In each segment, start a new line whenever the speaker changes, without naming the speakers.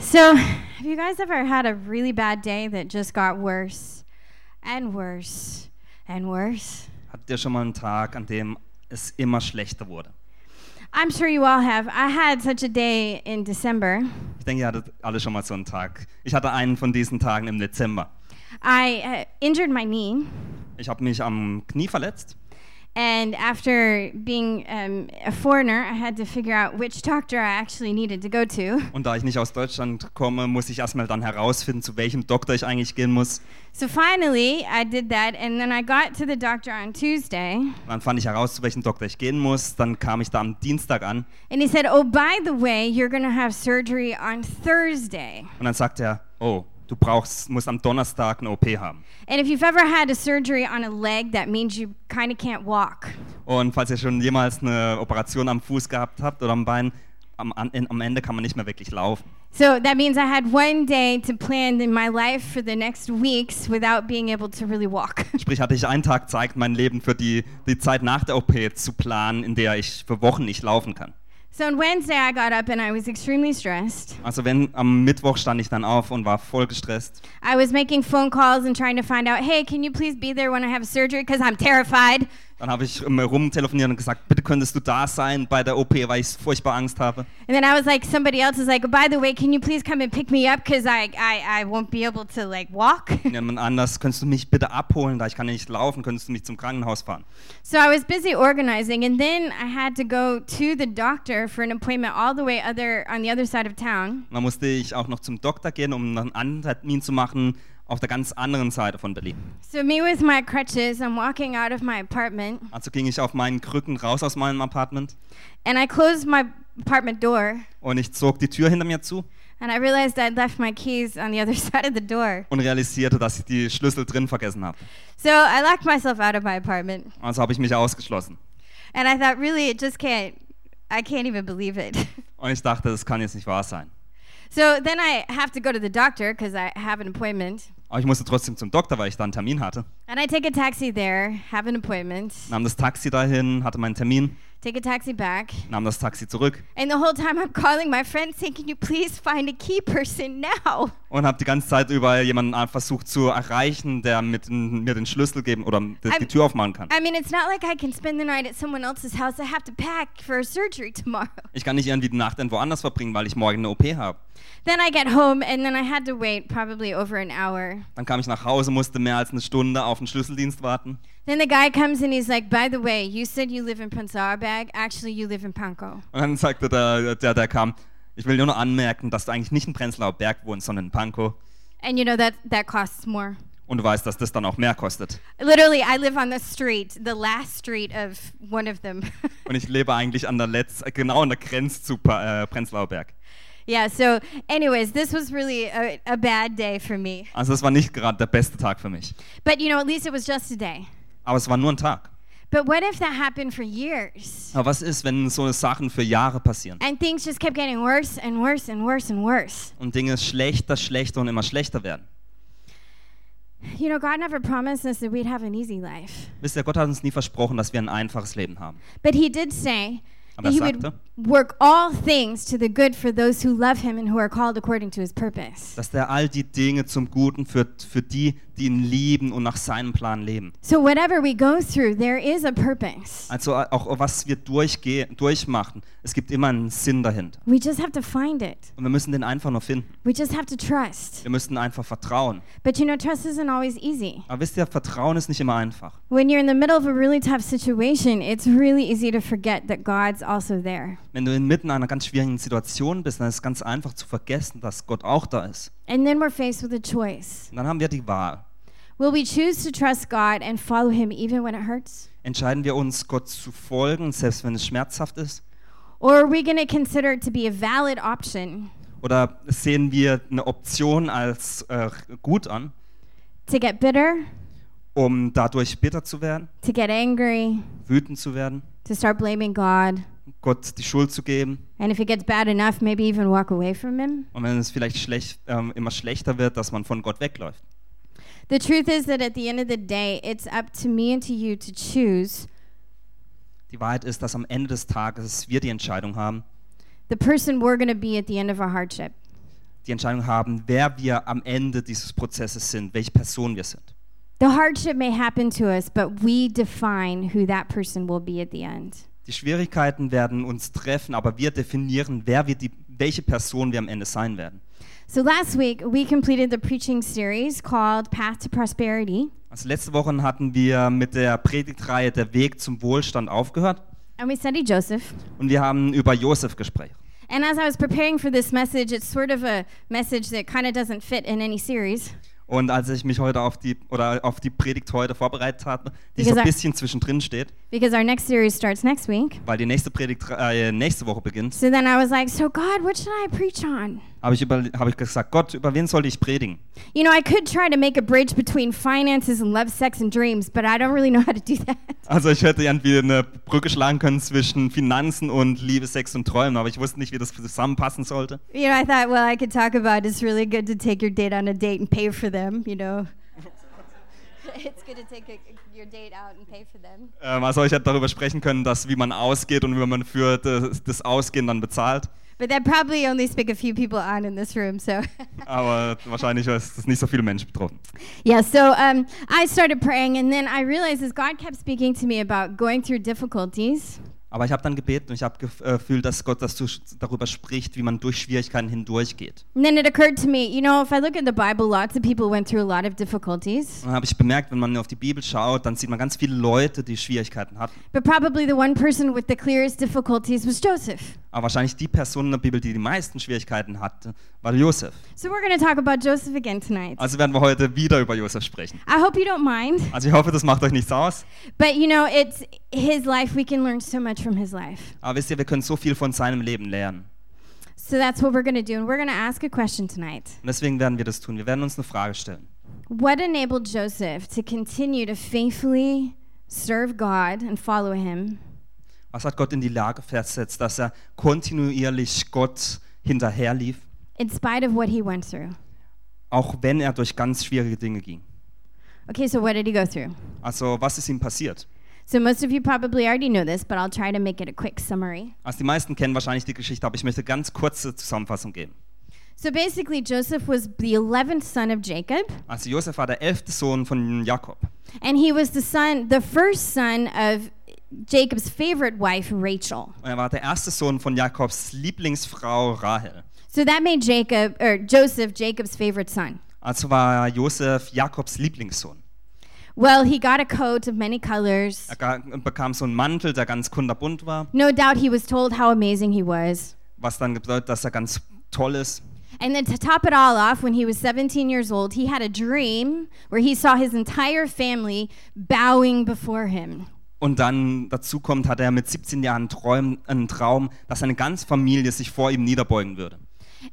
So, have you guys ever had a really bad day that just got worse and worse and worse?
Habt ihr schon mal einen Tag, an dem es immer schlechter wurde?
I'm sure you all have. I had such a day in December.
Ich denke, ihr hattet alle schon mal so einen Tag. Ich hatte einen von diesen Tagen im Dezember.
I uh, injured my knee,
Ich habe mich am Knie verletzt
and after being um, a foreigner, I had to figure out which doctor I actually needed to go to.
und da ich nicht aus Deutschland komme, muss ich erstmal dann herausfinden, zu welchem Doktor ich eigentlich gehen muss.
So finally, I did that, and then I got to the doctor on Tuesday,
Und Dann fand ich heraus, zu welchem Doktor ich gehen muss. Dann kam ich da am Dienstag an
and he said, "Oh, by the way, you're going to have surgery on Thursday."
und dann sagt er, oh, du brauchst, musst am Donnerstag eine OP haben.
And if you've ever had a surgery on a leg, that means you kind of can't walk.
Und falls ihr schon jemals eine Operation am Fuß gehabt habt oder am Bein, am, an- am Ende kann man nicht mehr wirklich laufen.
So that means I had one day to plan in my life for the next weeks without being able to really walk.
Sprich, hatte ich einen Tag Zeit, mein Leben für die, die Zeit nach der OP zu planen, in der ich für Wochen nicht laufen kann.
so on Wednesday, I got up and I was extremely stressed.
Also wenn am Mittwoch stand ich dann auf und war voll gestresst.
I was making phone calls and trying to find out, hey, can you please be there when I have surgery? Because I'm terrified.
Dann habe ich immer rumtelefoniert und gesagt, bitte könntest du da sein bei der OP, weil ich furchtbar Angst habe.
And then I was like, somebody else is like, by the way, can you please come and pick me up? Because I, I, I won't be able to like walk.
Und Jemand anders, könntest du mich bitte abholen, da ich kann ja nicht laufen, könntest du mich zum Krankenhaus fahren.
So I was busy organizing, and then I had to go to the doctor for an appointment all the way other on the other side of town.
Und dann musste ich auch noch zum Doktor gehen, um noch einen anderen Termin zu machen auf der ganz anderen Seite von Berlin.
So me with my crutches, I'm walking out of my apartment,
Also ging ich auf meinen Krücken raus aus meinem Apartment
and I closed my apartment door,
und ich zog die Tür hinter mir zu
and I realized I'd left my keys on the other side of the door.
und realisierte, dass ich die Schlüssel drin vergessen habe.
So I locked myself out of my apartment,
Also habe ich mich ausgeschlossen.
and I thought, really, it just can't. I can't even believe it.
Und ich dachte, das kann jetzt nicht wahr sein.
so then I have to go to the doctor because I have an appointment.
Aber ich musste trotzdem zum Doktor, weil ich da einen Termin hatte.
And I take a taxi there, have an appointment,
Nahm das Taxi dahin, hatte meinen Termin,
take a taxi back,
nahm das Taxi zurück
And the whole time I'm calling my friend saying, Can you please find a key person now?
und habe die ganze Zeit überall jemanden an- versucht zu erreichen, der mit, n- mir den Schlüssel geben oder die, die
I'm-
Tür aufmachen kann.
I mean, it's not like I can spend the night at someone else's house. I have to pack for surgery tomorrow.
Ich kann nicht irgendwie die Nacht dann woanders verbringen, weil ich morgen eine OP habe.
Then I get home and then I had to wait probably over an hour.
Dann kam ich nach Hause, musste mehr als eine Stunde auf den Schlüsseldienst warten.
Then the guy comes and he's like, By the way, you said you live in Prince Arbag. Actually, you live in Panko.
Und dann sagte der, der, der kam, ich will nur noch anmerken, dass du eigentlich nicht in Prenzlauer Berg wohnst, sondern in Pankow.
And you know, that, that costs more.
Und du weißt, dass das dann auch mehr kostet.
Literally, I live on the street, the last street of one of them.
Und ich lebe eigentlich an der Letz, äh, genau an der Grenze zu pa äh, Prenzlauer Berg.
yeah, so, anyways, this was really a, a bad day for me.
Also das war nicht gerade der beste Tag für mich.
But you know, at least it was just a day.
Aber es war nur ein Tag.
But what if that happened for years?
Aber was ist, wenn so Sachen für Jahre passieren
And things just kept getting worse and worse and worse and worse.
und Dinge schlechter, schlechter und immer schlechter werden?
You know, God never promised us that we'd have an easy life.
Wisst ihr, Gott hat uns nie versprochen, dass wir ein einfaches Leben haben.
But He did say that
Aber er
He would
sagte,
work all things to the good for those who love Him and who are called according to His purpose.
dass er all die Dinge zum Guten führt für die, die ihn lieben und nach seinem Plan leben.
So, whatever we go through, there is a purpose.
Also auch was wir durchgehen, durchmachen, es gibt immer einen Sinn dahinter.
We just have to find it.
Und wir müssen den einfach nur finden.
We just have to trust.
Wir müssen einfach vertrauen.
But you know, trust isn't always easy.
Aber wisst ihr, Vertrauen ist nicht immer einfach.
When you're in the middle of a really tough situation, it's really easy to forget that God's also there.
Wenn du inmitten einer ganz schwierigen Situation bist, dann ist es ganz einfach zu vergessen, dass Gott auch da ist.
And then we're faced with a choice.
Und dann haben wir die Wahl.
Will we choose to trust God and follow Him even when it hurts?
Entscheiden wir uns, Gott zu folgen, selbst wenn es schmerzhaft ist?
Or are we going to consider it to be a valid option
Oder sehen wir eine Option als äh, gut an,
to get bitter,
um dadurch bitter zu werden,
to get angry,
wütend zu werden,
to start blaming God?
Gott die Schuld zu geben?
And if it gets bad enough, maybe even walk away from Him?
Und wenn es vielleicht schlecht, ähm, immer schlechter wird, dass man von Gott wegläuft.
The truth is that at the end of the day, it's up to me and to you to choose
Die Wahrheit ist, dass am Ende des Tages wir die Entscheidung haben,
the person we're going to be at the end of our hardship.
die Entscheidung haben, wer wir am Ende dieses Prozesses sind, welche Person wir sind.
The hardship may happen to us, but we define who that person will be at the end.
Die Schwierigkeiten werden uns treffen, aber wir definieren, wer wir die, welche Person wir am Ende sein werden.
So last week, we completed the preaching series called Path to Prosperity,
Also letzte Woche hatten wir mit der Predigtreihe Der Weg zum Wohlstand aufgehört
and we studied Joseph.
und wir haben über Josef gesprochen.
And as I was preparing for this message, it's sort of a message that kind of doesn't fit in any series
Und als ich mich heute auf die oder auf die Predigt heute vorbereitet habe, die so
Wie
ein
gesagt-
bisschen zwischendrin steht,
because our next series starts next week.
weil die nächste Predigtreihe nächste Woche beginnt,
So then I was like, so God, what should I preach on?
habe ich, über, habe ich gesagt, Gott, über wen sollte ich predigen?
You know, I could try to make a bridge between finances and love, sex, and dreams, but I don't really know how to do that.
Also ich hätte irgendwie eine Brücke schlagen können zwischen Finanzen und Liebe, Sex und Träumen, aber ich wusste nicht, wie das zusammenpassen sollte.
You know, I thought, well, I could talk about it's really good to take your date on a date and pay for them, you know. it's good to take a, your date out and pay for them.
Ähm, also ich hätte darüber sprechen können, dass wie man ausgeht und wie man für das, das Ausgehen dann bezahlt.
But that probably only speak a few people on in this room, so.
Aber wahrscheinlich ist das nicht so viele Menschen betroffen.
yeah, so um, I started praying, and then I realized as God kept speaking to me about going through difficulties,
Aber ich habe dann gebeten und ich habe gef- äh, gefühlt, dass Gott das zu- darüber spricht, wie man durch Schwierigkeiten hindurchgeht.
and then it occurred to me, you know, if I look at the Bible, lots of people went through a lot of difficulties.
Und dann habe ich bemerkt, wenn man auf die Bibel schaut, dann sieht man ganz viele Leute, die Schwierigkeiten hatten.
But probably the one person with the clearest difficulties was Joseph.
Aber wahrscheinlich die Person in der Bibel, die die meisten Schwierigkeiten hatte, war Josef.
So we're going to talk about Joseph again tonight.
Also werden wir heute wieder über Josef sprechen.
I hope you don't mind.
Also ich hoffe, das macht euch nichts aus.
But you know, it's his life. We can learn so much from his life.
Aber wisst ihr, wir können so viel von seinem Leben lernen.
So that's what we're going to do. And we're going to ask a question tonight.
Und deswegen werden wir das tun. Wir werden uns eine Frage stellen.
What enabled Joseph to continue to faithfully serve God and follow him,
Was hat Gott in die Lage versetzt, dass er kontinuierlich Gott hinterherlief,
in spite of what he went through?
auch wenn er durch ganz schwierige Dinge ging?
Okay, so what did he go through?
Also was ist ihm passiert?
So most of you probably already know this, but I'll try to make it a quick summary.
Also die meisten kennen wahrscheinlich die Geschichte, aber ich möchte ganz kurze Zusammenfassung geben.
So basically, Joseph was the 11th son of Jacob,
Also Josef war der elfte Sohn von Jakob.
and he was the son, the first son of Jacob's favorite wife, Rachel.
Und er war der erste Sohn von Jakobs Lieblingsfrau Rahel.
So that made Jacob or Joseph Jacob's favorite son.
Also war Josef Jakobs Lieblingssohn.
Well, he got a coat of many colors.
Er ga- bekam so einen Mantel, der ganz kunderbunt war,
No doubt he was told how amazing he was.
was dann bedeutet, dass er ganz toll ist.
And then to top it all off, when he was 17 years old, he had a dream where he saw his entire family bowing before him.
Und dann dazu kommt, hatte er mit 17 Jahren Träum, einen Traum, dass seine ganze Familie sich vor ihm niederbeugen würde.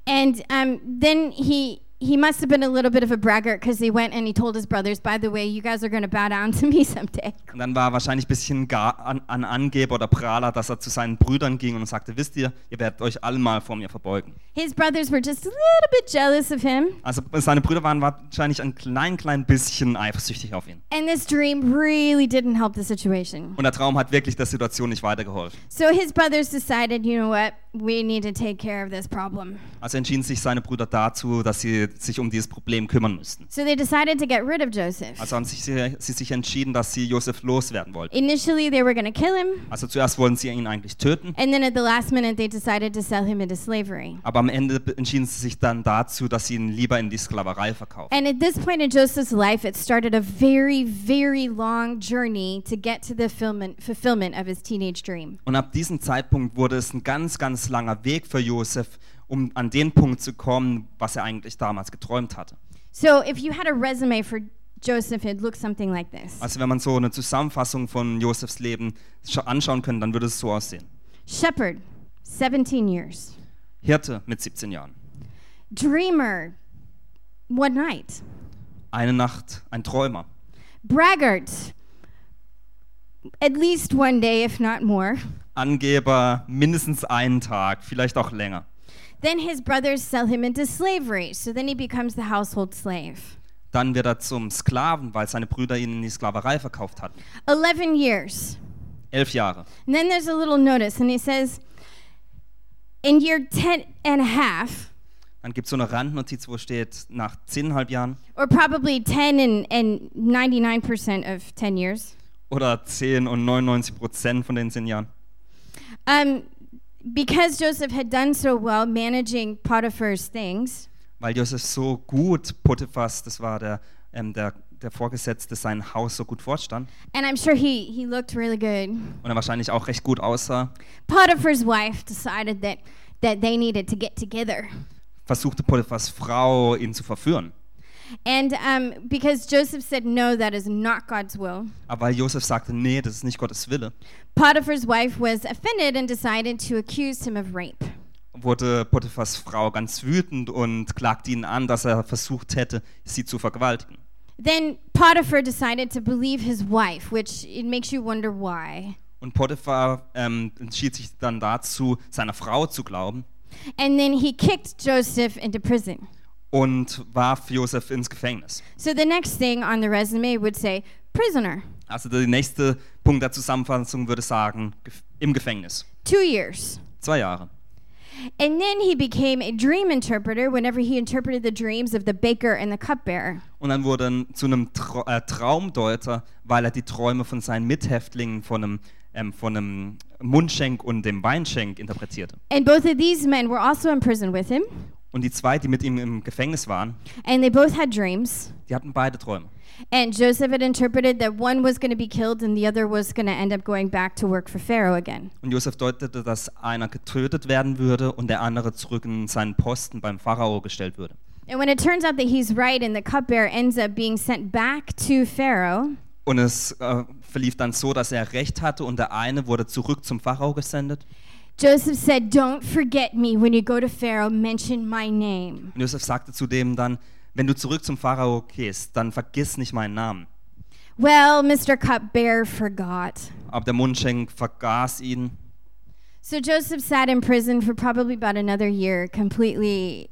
And um, then he he must have been a little bit of a braggart because he went and he told his brothers, by the way, you guys are going to bow down to me someday.
Und dann war er wahrscheinlich ein bisschen gar an, an Angeber oder Prahler, dass er zu seinen Brüdern ging und sagte, wisst ihr, ihr werdet euch alle mal vor mir verbeugen.
His brothers were just a little bit jealous of him.
Also seine Brüder waren wahrscheinlich ein klein, klein bisschen eifersüchtig auf ihn.
And this dream really didn't help the situation.
Und der Traum hat wirklich der Situation nicht weitergeholfen.
So his brothers decided, you know what, we need to take care of this problem.
Also entschieden sich seine Brüder dazu, dass sie sich um dieses Problem kümmern müssten.
So they decided to get rid of Joseph.
Also haben sich, sie, sie sich entschieden, dass sie Josef loswerden wollten.
Initially, they were going to kill him,
Also zuerst wollten sie ihn eigentlich töten,
and then at the last minute, they decided to sell him into slavery.
aber am Ende be- entschieden sie sich dann dazu, dass sie ihn lieber in die Sklaverei verkaufen.
And at this point in Joseph's life, it started a very, very long journey to get to the fulfillment, fulfillment of his teenage dream.
Und ab diesem Zeitpunkt wurde es ein ganz, ganz langer Weg für Josef, um an den Punkt zu kommen, was er eigentlich damals geträumt hatte.
So if you had a resume for Joseph, it looked something like this
Also wenn man so eine Zusammenfassung von Josefs Leben scha- anschauen könnte, dann würde es so aussehen.
Shepherd, 17 years.
Hirte mit 17 Jahren.
Dreamer, one night.
Eine Nacht ein Träumer.
braggart at least one day if not more
Angeber mindestens einen Tag, vielleicht auch länger.
then his brothers sell him into slavery so then he becomes the household slave
Dann wird er zum Sklaven, weil seine Brüder ihn in die Sklaverei verkauft hatten.
11 years
Elf Jahre.
and then there's a little notice and he says in year 10 and a half
Dann gibt es so eine Randnotiz, wo steht, nach 10,5 Jahren
or probably 10 and, and 99% of 10 years.
oder 10 und 99 Prozent von den 10 Jahren.
Um, because Joseph had done so well managing Potiphar's things,
Weil Josef so gut Potiphas, das war der, ähm, der, der Vorgesetzte, sein Haus so gut vorstand
and I'm sure he, he looked really good,
und er wahrscheinlich auch recht gut aussah,
Potiphar's wife decided that, that they needed to get together.
versuchte Potiphas Frau, ihn zu verführen.
And um, because Joseph said, no, that is not God's will,
Aber weil Josef sagte, nee, das ist nicht Gottes Wille,
Potiphar's wife was offended and decided to accuse him of rape.
wurde Potiphas Frau ganz wütend und klagte ihn an, dass er versucht hätte, sie zu vergewaltigen.
Then Potiphar decided to believe his wife, which it makes you wonder why.
Und Potiphar ähm, entschied sich dann dazu, seiner Frau zu glauben
And then he kicked Joseph into prison.
und warf Josef ins Gefängnis.
So the next thing on the resume would say prisoner,
Also der nächste Punkt der Zusammenfassung würde sagen, gef- im Gefängnis.
two years.
Zwei Jahre.
And then he became a dream interpreter whenever he interpreted the dreams of the baker and the cupbearer.
Und dann wurde er zu einem Tra äh, Traumdeuter, weil er die Träume von seinen Mithäftlingen, von einem, ähm, von einem Mundschenk und dem Weinschenk interpretierte.
And both of these men were also in prison with him,
Und die zwei, die mit ihm im Gefängnis waren,
and they both had dreams.
die hatten beide Träume.
And Joseph had interpreted that one was going to be killed and the other was going to end up going back to work for Pharaoh again.
Und Josef deutete, dass einer getötet werden würde und der andere zurück in seinen Posten beim Pharao gestellt würde.
And when it turns out that he's right and the cupbearer ends up being sent back to Pharaoh,
Und es äh, verlief dann so, dass er recht hatte und der eine wurde zurück zum Pharao gesendet.
Joseph said, Don't forget me when you go to Pharaoh, mention my name.
Und Josef sagte zu dem dann, wenn du zurück zum Pharao gehst, dann vergiss nicht meinen Namen.
Well, Mr. Cupbearer forgot.
Aber der Mundschenk vergaß ihn.
So Joseph sat in prison for probably about another year, completely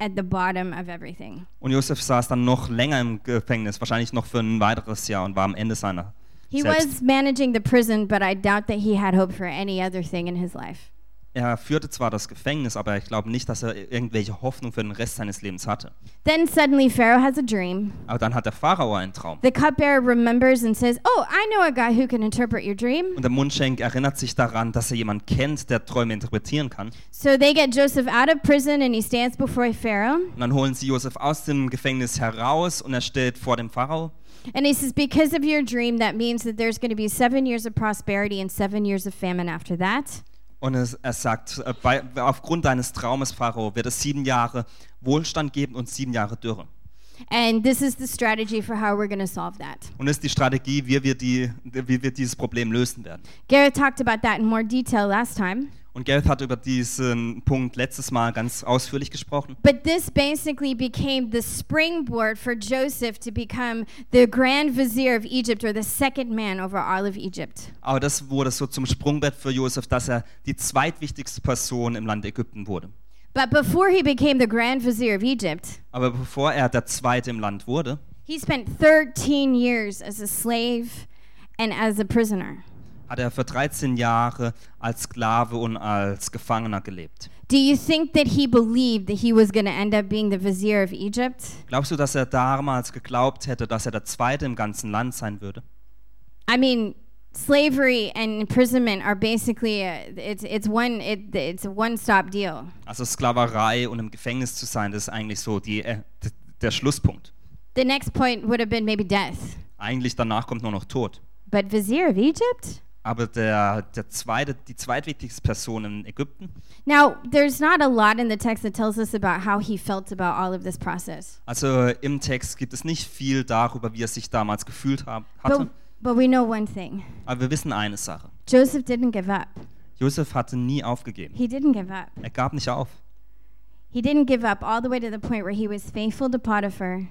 at the bottom of everything.
Und Josef saß dann noch länger im Gefängnis, wahrscheinlich noch für ein weiteres Jahr und war am Ende seiner
He
selbst.
was managing the prison, but I doubt that he had hope for any other thing in his life.
Er führte zwar das Gefängnis, aber ich glaube nicht, dass er irgendwelche Hoffnung für den Rest seines Lebens hatte.
Then suddenly Pharaoh has a dream.
Aber dann hat der Pharao einen Traum.
The cupbearer remembers and says, Oh, I know a guy who can interpret your dream.
Und der Mundschenk erinnert sich daran, dass er jemanden kennt, der Träume interpretieren kann.
So they get Joseph out of prison and he stands before Pharaoh.
Und dann holen sie Josef aus dem Gefängnis heraus und er steht vor dem Pharao.
And he says, Because of your dream, that means that there's going to be seven years of prosperity and seven years of famine after that.
Und es, er sagt, äh, bei, aufgrund deines Traumes, Pharao, wird es sieben Jahre Wohlstand geben und sieben Jahre Dürre.
And this is the strategy for how we're going to solve that.
Und das ist die Strategie, wie wir, die, wie wir dieses Problem lösen werden.
Garrett talked about that in more detail last time.
Und Gareth hat über diesen Punkt letztes Mal ganz ausführlich gesprochen.
But this basically became the springboard for Joseph to become the grand vizier of Egypt or the second man over all of Egypt.
Aber das wurde so zum Sprungbrett für Josef, dass er die zweitwichtigste Person im Land Ägypten wurde.
But before he became the grand vizier of Egypt,
Aber bevor er der Zweite im Land wurde,
he spent 13 years as a slave and as a prisoner.
hat er für 13 Jahre als Sklave und als Gefangener gelebt.
Do you think that he believed that he was going to end up being the vizier of Egypt?
Glaubst du, dass er damals geglaubt hätte, dass er der Zweite im ganzen Land sein würde?
I mean, slavery and imprisonment are basically a, it's it's one it, it's a one-stop deal.
Also Sklaverei und im Gefängnis zu sein, das ist eigentlich so die, äh, d- der Schlusspunkt.
The next point would have been maybe death,
Eigentlich danach kommt nur noch Tod.
but vizier of Egypt.
Aber der, der zweite, die zweitwichtigste Person in Ägypten,
Now, there's not a lot in the text that tells us about how he felt about all of this process,
also im Text gibt es nicht viel darüber, wie er sich damals gefühlt hab,
but
hatte.
but we know one thing:
Aber wir wissen eine Sache.
Joseph didn't give up.
Josef hatte nie aufgegeben.
He didn't give up.
Er gab nicht auf.
He didn't give up all the way to the point where he was faithful to Potiphar.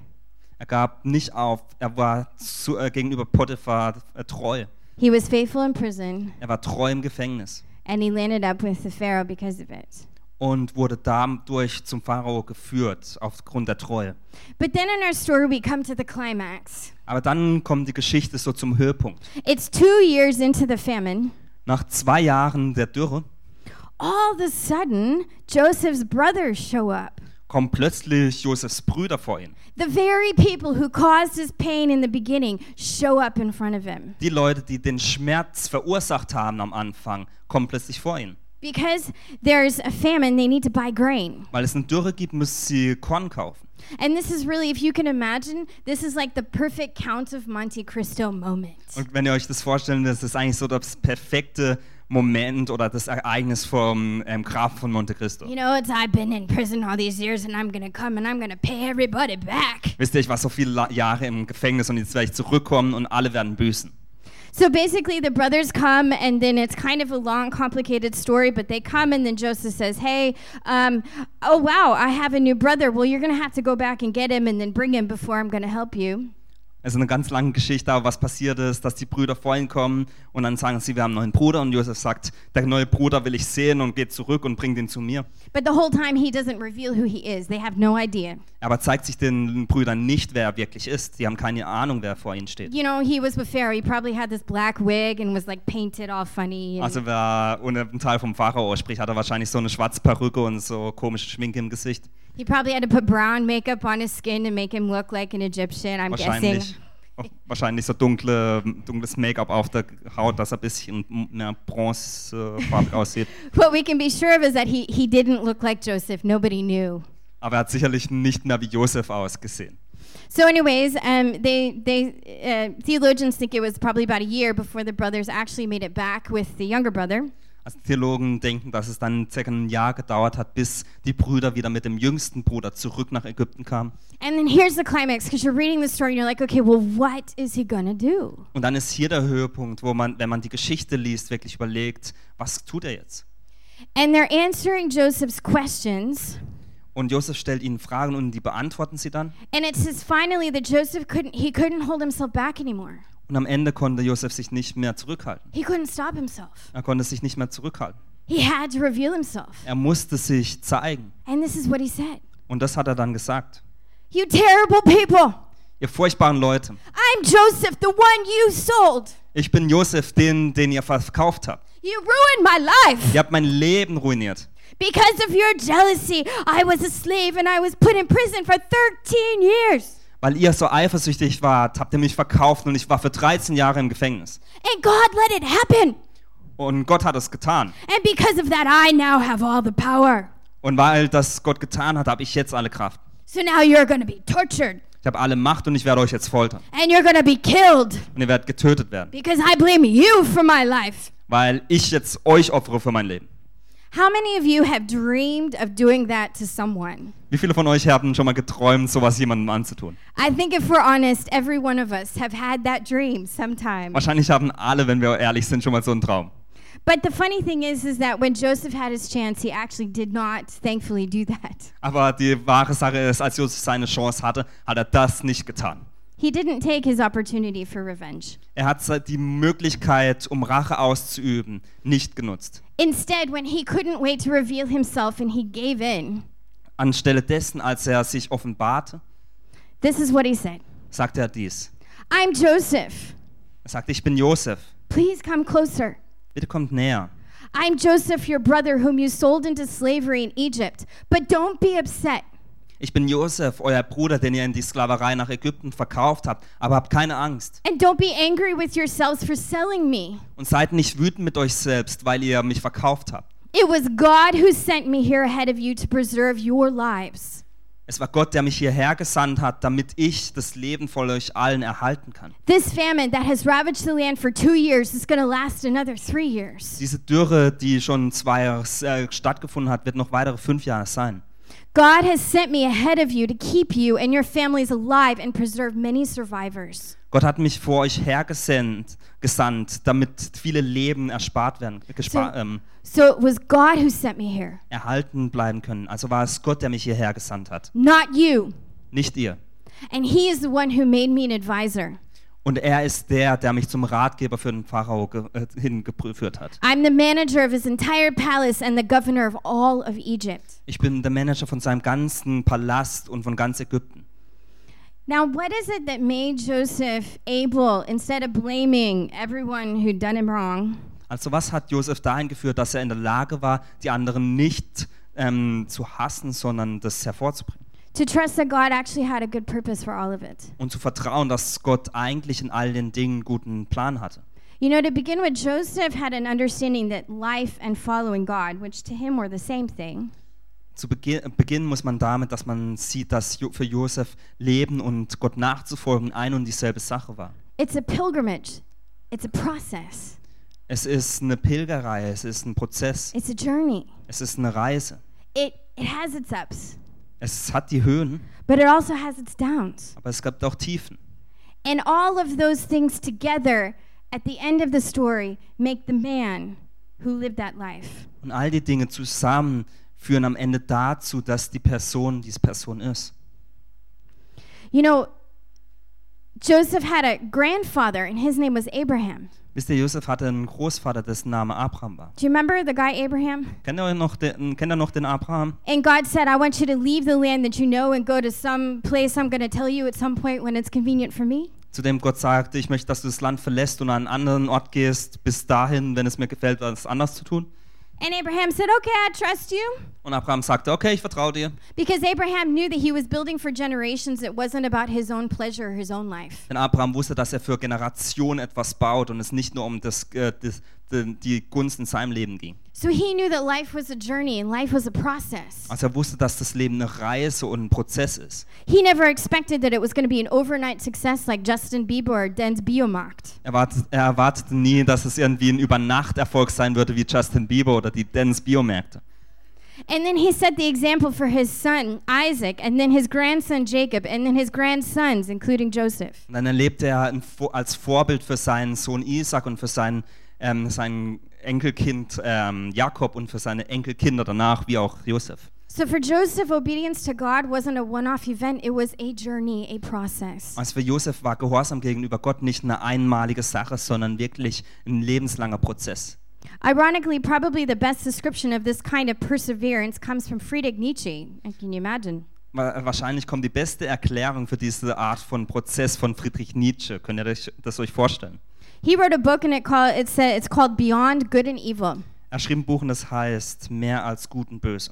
Er gab nicht auf. Er war zu, äh, gegenüber Potiphar äh, treu.
He was faithful in prison,
Er war treu im Gefängnis
and he landed up with the Pharaoh because of it.
und wurde dadurch zum Pharao geführt, aufgrund der Treue.
But then in our story, we come to the climax.
Aber dann kommt die Geschichte so zum Höhepunkt.
It's two years into the famine.
Nach zwei Jahren der Dürre
All of a sudden, Joseph's brothers show up.
kommen plötzlich Josefs Brüder vor ihn.
The very people who caused his pain in the beginning show up in front of him
Die Leute, die den Schmerz verursacht haben am Anfang, kommen plötzlich vor ihn.
because there's a famine, they need to buy grain.
Weil es eine Dürre gibt, müssen sie Korn kaufen.
And this is really, if you can imagine, this is like the perfect Count of Monte Cristo moment.
Und wenn ihr euch das vorstellt, das ist eigentlich so das perfekte Moment oder das Ereignis vom ähm, Grafen von Monte Cristo.
You know, it's I've been in prison all these years and I'm gonna come and I'm gonna pay everybody back.
Wisst ihr, ich war so viele La- Jahre im Gefängnis und jetzt werde ich zurückkommen und alle werden büßen.
So basically, the brothers come and then it's kind of a long, complicated story, but they come and then Joseph says, Hey, um, oh wow, I have a new brother. Well, you're gonna have to go back and get him and then bring him before I'm gonna help you.
Es ist eine ganz lange Geschichte, aber was passiert ist, dass die Brüder vorhin kommen und dann sagen sie, wir haben einen neuen Bruder und Josef sagt, der neue Bruder will ich sehen und geht zurück und bringt ihn zu mir.
But the whole time, he doesn't reveal who he is, they have no idea.
Aber zeigt sich den Brüdern nicht, wer er wirklich ist. Die haben keine Ahnung, wer vor ihnen steht.
You know, he was with Pharaoh. He probably had this black wig and was like painted all funny. And,
Also wer ohne ein Teil vom Pharao spricht, hat er wahrscheinlich so eine schwarze Perücke und so komische Schminke im Gesicht.
He probably had to put brown makeup on his skin to make him look like an Egyptian, I'm guessing.
Wahrscheinlich, Oh, wahrscheinlich so dunkle, dunkles Make-up auf der Haut, dass er ein bisschen mehr bronzefarbig aussieht.
What we can be sure of is that he, he didn't look like Joseph. Nobody knew.
Aber er hat sicherlich nicht mehr wie Josef ausgesehen.
So, anyways, um, they, they, uh, theologians think it was probably about a year before the brothers actually made it back with the younger brother.
Also Theologen denken, dass es dann circa ein Jahr gedauert hat, bis die Brüder wieder mit dem jüngsten Bruder zurück nach Ägypten kamen.
And then here's the climax because you're reading the story and you're like, okay, well, what is he going to do?
Und dann ist hier der Höhepunkt, wo man, wenn man die Geschichte liest, wirklich überlegt, was tut er jetzt?
And they're answering Joseph's questions.
Und Josef stellt ihnen Fragen und die beantworten sie dann.
And it says finally that Joseph couldn't he couldn't hold himself back anymore.
Und am Ende konnte Josef sich nicht mehr zurückhalten.
He couldn't stop himself.
Er konnte sich nicht mehr zurückhalten.
He had to reveal himself.
Er musste sich zeigen.
And this is what he said.
Und das hat er dann gesagt.
You terrible people.
Ihr furchtbaren Leute,
I'm Joseph, the one you sold.
ich bin Josef, den, den ihr verkauft habt.
You ruined my life.
Ihr habt mein Leben ruiniert.
Because of your jealousy, I was a slave and I was put in prison for 13 years.
Weil ihr so eifersüchtig wart, habt ihr mich verkauft und ich war für 13 Jahre im Gefängnis.
And God let it happen.
Und Gott hat es getan.
And because of that, I now have all the power.
Und weil das Gott getan hat, habe ich jetzt alle Kraft.
So now you're going to be tortured
Ich habe alle Macht und ich werde euch jetzt foltern.
and you're going to be killed
Und ihr werdet getötet werden,
because I blame you for my life.
weil ich jetzt euch opfere für mein Leben.
How many of you have dreamed of doing that to someone?
Wie viele von euch haben schon mal geträumt, sowas jemandem anzutun?
I think if we're honest, every one of us have had that dream sometime.
Wahrscheinlich haben alle, wenn wir ehrlich sind, schon mal so einen Traum.
But the funny thing is is that when Joseph had his chance, he actually did not thankfully do that.
Aber die wahre Sache ist, als Josef seine Chance hatte, hat er das nicht getan.
He didn't take his opportunity for revenge.
Er hat se- die Möglichkeit, um Rache auszuüben, nicht genutzt.
Instead, when he couldn't wait to reveal himself and he gave in,
Anstelle dessen, als er sich offenbarte,
this is what he said.
sagte er dies.
I'm Joseph.
Er sagte, ich bin Josef,
Please come closer.
bitte kommt näher.
I'm Joseph, your brother, whom you sold into slavery in Egypt. But don't be upset.
Ich bin Josef, euer Bruder, den ihr in die Sklaverei nach Ägypten verkauft habt, aber habt keine Angst.
And don't be angry with yourselves for selling me.
Und seid nicht wütend mit euch selbst, weil ihr mich verkauft habt.
It was God who sent me here ahead of you to preserve your lives.
Es war Gott, der mich hierher gesandt hat, damit ich das Leben von euch allen erhalten kann.
This famine that has ravaged the land for two years is going to last another three years.
Diese Dürre, die schon zwei Jahre äh, stattgefunden hat, wird noch weitere fünf Jahre sein.
God has sent me ahead of you to keep you and your families alive and preserve many survivors.
Gott hat mich vor euch hergesandt, gesandt, damit viele Leben erspart werden, gespa-
So-
ähm,
So it was God who sent me here,
erhalten bleiben können. Also war es Gott, der mich hierher gesandt hat,
not you.
nicht ihr.
And He is the one who made me an advisor.
Und er ist der, der mich zum Ratgeber für den Pharao ge äh, hingeführt hat.
I'm the manager of his entire palace and the governor of all of Egypt.
Ich bin der Manager von seinem ganzen Palast und von ganz Ägypten.
Now, what is it that made Joseph able, instead of blaming everyone who'd done him wrong,
Also was hat Josef dahin geführt, dass er in der Lage war, die anderen nicht ähm, zu hassen, sondern das hervorzubringen.
to trust that God actually had a good purpose for all of it.
Und zu vertrauen, dass Gott eigentlich in all den Dingen einen guten Plan hatte.
You know, to begin with, Joseph had an understanding that life and following God, which to him were the same thing,
Zu Bege Beginn muss man damit, dass man sieht, dass jo für Josef Leben und Gott nachzufolgen ein und dieselbe Sache war.
it's a pilgrimage, it's a process,
Es ist eine Pilgerei, es ist ein Prozess,
it's a journey.
es ist eine Reise.
It, it has its ups,
Es hat die Höhen,
but it also has its downs.
aber es gibt auch Tiefen.
And all of those things together at the end of the story make the man who lived that life.
Und all die Dinge zusammen führen am Ende dazu, dass die Person diese Person ist.
You know, Joseph had a grandfather, and his name was Abraham.
Wisst ihr, Josef hatte einen Großvater, dessen Name Abraham war.
Do you remember the guy Abraham?
Kennt ihr, euch noch den, kennt ihr noch den Abraham?
And God said, I want you to leave the land that you know and go to some place I'm going to tell you at some point when it's convenient for me.
Zu dem Gott sagte, ich möchte, dass du das Land verlässt und an einen anderen Ort gehst, bis dahin, wenn es mir gefällt, was anders zu tun.
And Abraham said, Okay, I trust you.
Und Abraham sagte, okay, ich vertraue dir.
Because Abraham knew that he was building for generations. It wasn't about his own pleasure or his own life.
Denn Abraham wusste, dass er für Generationen etwas baut und es nicht nur um das, äh, das, die, die Gunst in seinem Leben ging.
So he knew that life was a journey and life was a process.
Also er wusste, dass das Leben eine Reise und ein Prozess ist.
He never expected that it was going to be an overnight success like Justin Bieber or Denz Biomarkt.
Er, wartet, er erwartete nie, dass es irgendwie ein Übernachterfolg sein würde wie Justin Bieber oder die Dennis Biomärkte.
And then he set the example for his son Isaac, and then his grandson Jacob, and then his grandsons, including Joseph.
Und dann erlebte er ein, Vo- als Vorbild für seinen Sohn Isaac und für seinen, ähm, sein Enkelkind ähm, Jakob und für seine Enkelkinder danach, wie auch Josef.
So for Joseph, obedience to God wasn't a one off event, it was a journey, a process.
Also für Josef war Gehorsam gegenüber Gott nicht eine einmalige Sache, sondern wirklich ein lebenslanger Prozess.
Ironically, probably the best description of this kind of perseverance comes from Friedrich Nietzsche. And Can you imagine?
Wa- Wahrscheinlich kommt die beste Erklärung für diese Art von Prozess von Friedrich Nietzsche. Könnt ihr euch das euch vorstellen?
He wrote a book and it called it said it's called Beyond Good and Evil.
Er schrieb ein Buch und das heißt Mehr als Gut und Böse.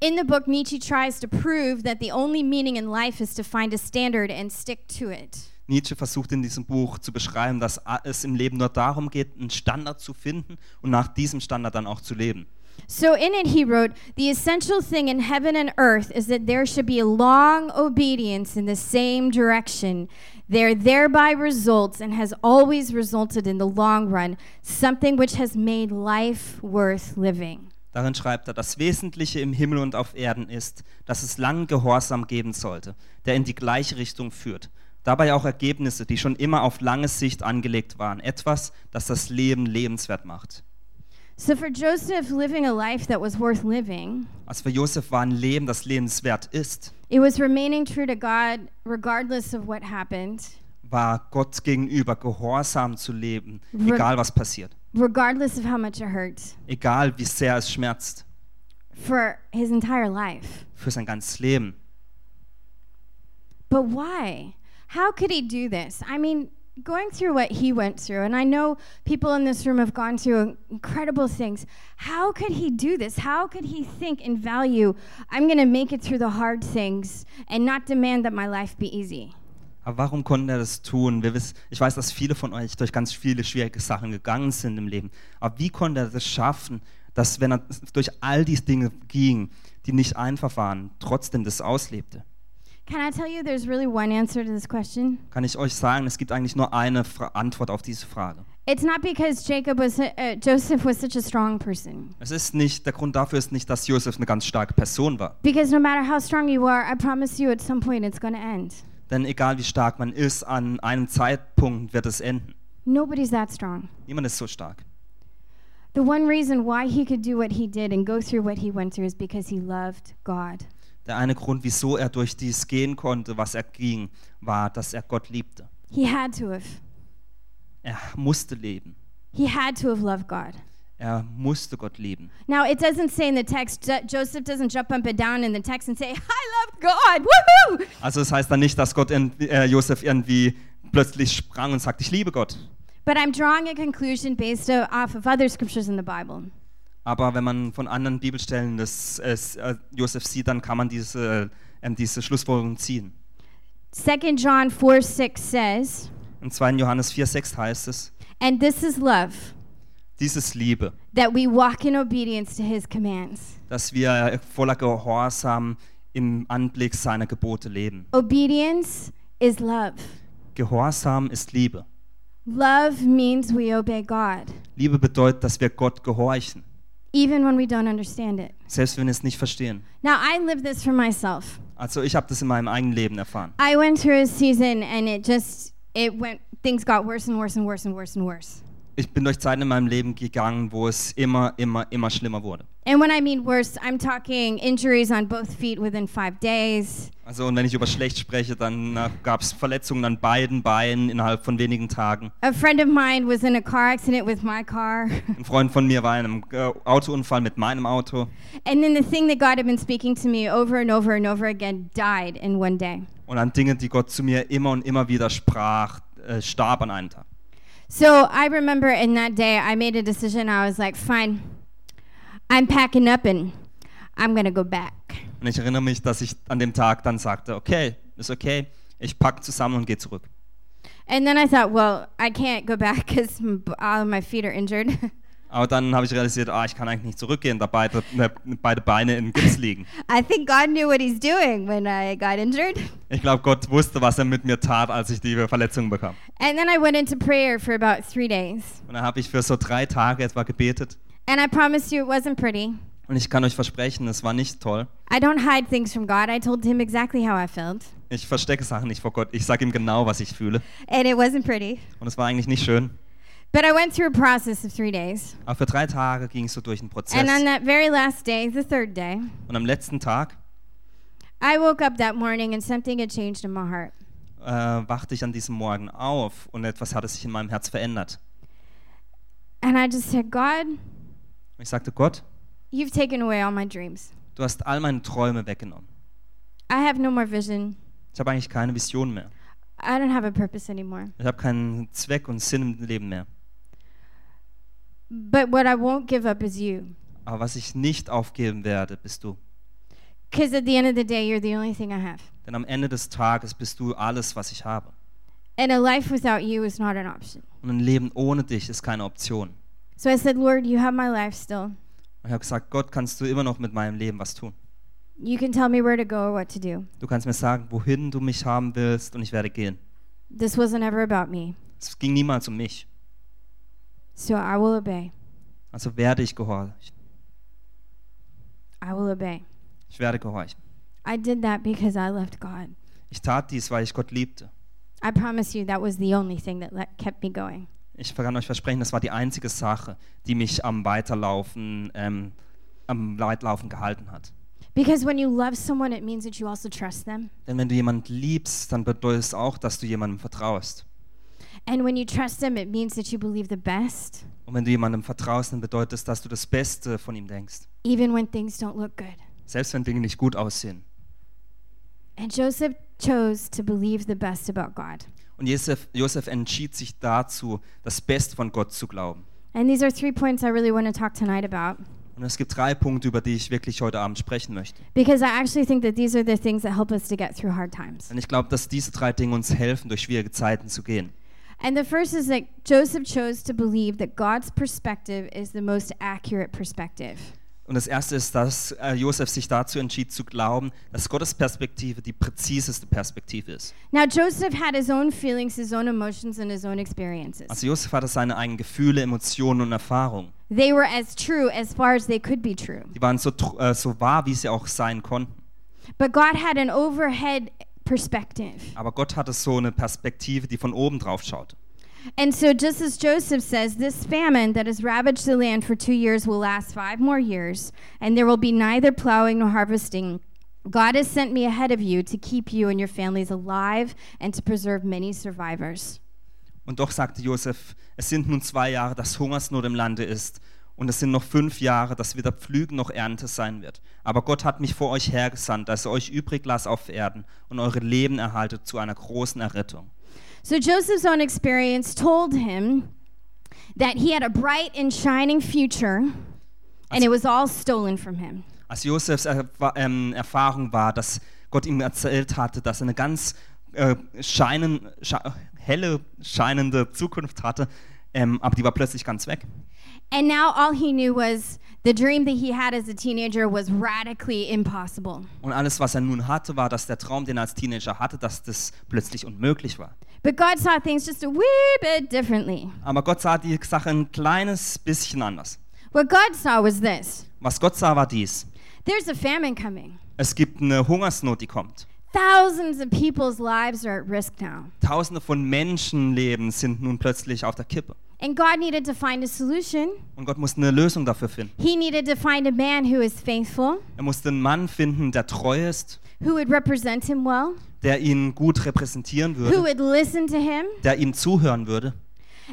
In the book, Nietzsche tries to prove that the only meaning in life is to find a standard and stick to it.
Nietzsche versucht in diesem Buch zu beschreiben, dass a- es im Leben nur darum geht, einen Standard zu finden und nach diesem Standard dann auch zu leben.
So in it, he wrote, The essential thing in heaven and earth is that there should be a long obedience in the same direction. There thereby results and has always resulted in the long run something which has made life worth living.
Darin schreibt er, das Wesentliche im Himmel und auf Erden ist, dass es langen Gehorsam geben sollte, der in die gleiche Richtung führt. Dabei auch Ergebnisse, die schon immer auf lange Sicht angelegt waren. Etwas, das das Leben lebenswert macht.
So for Joseph, living a life that was worth living,
Also für Josef war ein Leben, das lebenswert ist,
it was remaining true to God regardless of what happened,
war Gott gegenüber gehorsam zu leben,
Re-
egal was passiert,
regardless of how much it hurt,
egal wie sehr es schmerzt,
for his entire life.
für sein ganzes Leben.
But why? How could he do this? I mean, going through what he went through, and I know people in this room have gone through incredible things. How could he do this? How could he think and value, I'm going to make it through the hard things and not demand that my life be easy?
Aber warum konnte er das tun? Wir wissen, ich weiß, dass viele von euch durch ganz viele schwierige Sachen gegangen sind im Leben. Aber wie konnte er das schaffen, dass wenn er durch all diese Dinge ging, die nicht einfach waren, trotzdem das auslebte?
Can I tell you there's really one answer to this question?
Kann ich euch sagen, es gibt eigentlich nur eine Fra Antwort auf diese Frage.
It's not because Jacob was uh, Joseph was such a strong person.
Es ist nicht, der Grund dafür ist nicht, dass Josef eine ganz starke Person war.
Because no matter how strong you are, I promise you at some point it's going to end.
Denn egal wie stark man ist, an einem Zeitpunkt wird es enden.
Nobody's that strong.
Niemand ist so stark.
The one reason why he could do what he did and go through what he went through is because he loved God.
Der eine Grund, wieso er durch dies gehen konnte, was er ging, war, dass er Gott liebte.
He had to have.
Er musste leben.
He had to have loved God.
Er musste Gott lieben.
Now, it doesn't say in the text, Jo- Joseph doesn't jump up and down in the text and say, I loved God, woohoo!
Also es heißt dann nicht, dass Gott irgendwie- äh, Josef irgendwie plötzlich sprang und sagt, ich liebe Gott.
But I'm drawing a conclusion based o- off of other scriptures in the Bible.
Aber wenn man von anderen Bibelstellen des äh, Josef sieht, dann kann man diese, ähm, diese Schlussfolgerung ziehen.
2 John 4 6 says,
In 2. Johannes 4,6 heißt es,
And this is love,
dies ist Liebe,
that we walk in obedience to his commands.
dass wir voller Gehorsam im Anblick seiner Gebote leben.
Obedience is love.
Gehorsam ist Liebe.
Love means we obey God,
Liebe bedeutet, dass wir Gott gehorchen,
even when we don't understand it.
selbst wenn wir es nicht verstehen.
Now, I live this for myself.
Also ich habe das in meinem eigenen Leben erfahren.
I went through a season and it just, it went, things got worse and worse and worse and worse and worse.
Ich bin durch Zeiten in meinem Leben gegangen, wo es immer, immer, immer schlimmer wurde.
And when I mean worse, I'm talking injuries on both feet within five days.
Also und wenn ich über schlecht spreche, dann gab es Verletzungen an beiden Beinen innerhalb von wenigen Tagen.
A friend of mine was in a car accident with my car.
Ein Freund von mir war in einem äh, Autounfall mit meinem Auto
and then the thing that God had been speaking to me over and over and over again died in one day.
und an Dinge, die Gott zu mir immer und immer wieder sprach, äh, starb an einem Tag.
So I remember in that day, I made a decision. I was like, fine, I'm packing up and I'm going to go back.
Und ich erinnere mich, dass ich an dem Tag dann sagte, okay, ist okay, ich packe zusammen und gehe zurück.
And then I thought, well, I can't go back because all of my feet are injured.
Aber dann habe ich realisiert, ah, ich kann eigentlich nicht zurückgehen, da beide, ne, beide Beine in Gips liegen.
I think God knew what He's doing when I got injured.
Ich glaube, Gott wusste, was er mit mir tat, als ich die Verletzung bekam.
And then I went into prayer for about three days.
Und dann habe ich für so drei Tage etwa gebetet.
And I promise you, it wasn't pretty.
Und ich kann euch versprechen, es war nicht toll.
I don't hide things from God. I told Him exactly how I felt.
Ich verstecke Sachen nicht vor Gott. Ich sage ihm genau, was ich fühle.
And it wasn't pretty.
Und es war eigentlich nicht schön.
But I went through a process of three days.
Aber für drei Tage ging ich so durch den Prozess.
And on that very last day, the third day,
Und am letzten Tag
I woke up that morning and something had changed in my heart.
äh, wachte ich an diesem Morgen auf und etwas hatte sich in meinem Herz verändert.
And I just said, God,
Und ich sagte, Gott,
you've taken away all my dreams.
du hast all meine Träume weggenommen.
I have no more vision.
Ich habe eigentlich keine Vision mehr.
I don't have a purpose anymore.
Ich habe keinen Zweck und Sinn im Leben mehr.
But what I won't give up is you.
Aber was ich nicht aufgeben werde, bist du.
Because at the end of the day, you're the only thing I have.
Denn am Ende des Tages bist du alles, was ich habe.
And a life without you is not an option.
Und ein Leben ohne dich ist keine Option. Und
So I said, Lord, you have my life still.
ich habe gesagt, Gott, kannst du immer noch mit meinem Leben was tun?
You can tell me where to go or what to do.
Du kannst mir sagen, wohin du mich haben willst und ich werde gehen.
This wasn't ever about me.
Es ging niemals um mich.
So I will obey.
Also werde ich gehorchen.
I will obey.
Ich werde gehorchen.
I did that because I loved God.
Ich tat dies, weil ich Gott liebte.
I promise you, that was the only thing that let, kept me going.
Ich kann euch versprechen, das war die einzige Sache, die mich am Weiterlaufen, ähm, am Weitlaufen gehalten hat.
Because when you love someone, it means that you also trust them.
Denn wenn du jemanden liebst, dann bedeutet es auch, dass du jemandem vertraust.
And when you trust them, it means that you believe the best,
Und wenn du jemandem vertraust, dann bedeutet es, dass du das Beste von ihm denkst.
even when things don't look good.
Selbst wenn Dinge nicht gut aussehen.
And Joseph chose to believe the best about God.
Und Josef, Josef entschied sich dazu, das Beste von Gott zu glauben.
And these are three points I really want to talk tonight about
Und es gibt drei Punkte, über die ich wirklich heute Abend sprechen möchte.
because I actually think that these are the things that help us to get through hard times.
Denn ich glaube, dass diese drei Dinge uns helfen, durch schwierige Zeiten zu gehen.
And the first is that Joseph chose to believe that God's perspective is the most accurate perspective.
Und das erste ist, dass äh, Josef sich dazu entschied zu glauben, dass Gottes Perspektive die präziseste Perspektive ist.
Now, Joseph had his own feelings, his own emotions, and his own experiences.
Also Josef hatte seine eigenen Gefühle, Emotionen und Erfahrungen.
They were as true as far as they could be true.
Die waren so, tr- äh, so wahr, wie sie auch sein konnten.
But God had an overhead perspective.
Aber Gott hatte so eine Perspektive, die von oben drauf schaute.
And so, just as Joseph says, this famine that has ravaged the land for two years will last five more years, and there will be neither plowing nor harvesting. God has sent me ahead of you to keep you and your families alive and to preserve many survivors.
Und doch sagte Josef, es sind nun zwei Jahre, dass Hungersnot im Lande ist. Und es sind noch fünf Jahre, dass weder Pflügen noch Ernte sein wird. Aber Gott hat mich vor euch hergesandt, dass er euch übrig las auf Erden und eure Leben erhaltet zu einer großen Errettung.
So, Joseph's own experience told him that he had a bright and shining future and it was all stolen from him.
Als Josefs Erfa- ähm, Erfahrung war, dass Gott ihm erzählt hatte, dass er eine ganz äh, scheinen, scha- helle, scheinende Zukunft hatte, ähm, aber die war plötzlich ganz weg.
And now all he knew was the dream that he had as a teenager was radically impossible
Und alles, was er nun hatte, war, dass der Traum, den er als Teenager hatte, dass das plötzlich unmöglich war.
but god saw things just a wee bit differently
Aber Gott sah die Sache ein kleines bisschen anders.
what god saw was this
Was Gott sah, war dies.
there's a famine coming
Es gibt eine Hungersnot, die kommt.
thousands of people's lives are at risk now
Tausende von Menschenleben sind nun plötzlich auf der Kippe.
and god needed to find a solution
Und Gott musste eine Lösung dafür finden.
he needed to find a man who is faithful
Er musste einen Mann finden, der treu ist,
who would represent him well
der ihn gut repräsentieren
who
würde,
would listen to him
der ihm zuhören würde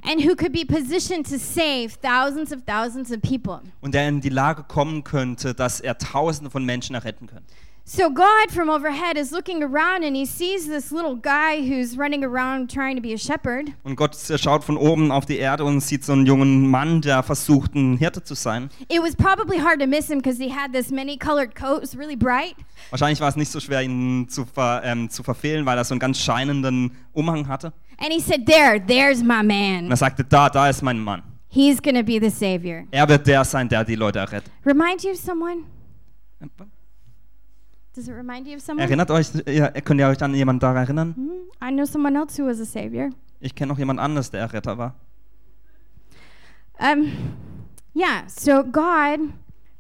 and who could be positioned to save thousands of thousands of people
und der in die Lage kommen könnte, dass er Tausende von Menschen erretten könnte.
So God from overhead is looking around and he sees this little guy who's running around trying to be a shepherd.
Und Gott schaut von oben auf die Erde und sieht so einen jungen Mann, der versucht, ein Hirte zu sein.
It was probably hard to miss him because he had this many colored coat, it was really bright.
Wahrscheinlich war es nicht so schwer, ihn zu, ver, ähm, zu verfehlen, weil er so einen ganz scheinenden Umhang hatte.
And he said, There, there's my
Und er
man.
sagte, da, da ist mein Mann.
He's going to be the savior.
Er wird der sein, der die Leute errettet.
Remind you of someone? Does it remind you of someone?
Erinnert euch, ihr, könnt ihr euch an jemanden daran erinnern?
Hmm, I know someone else who was a savior.
Ich kenne noch jemand anderes, der Erretter war.
Um, yeah, so God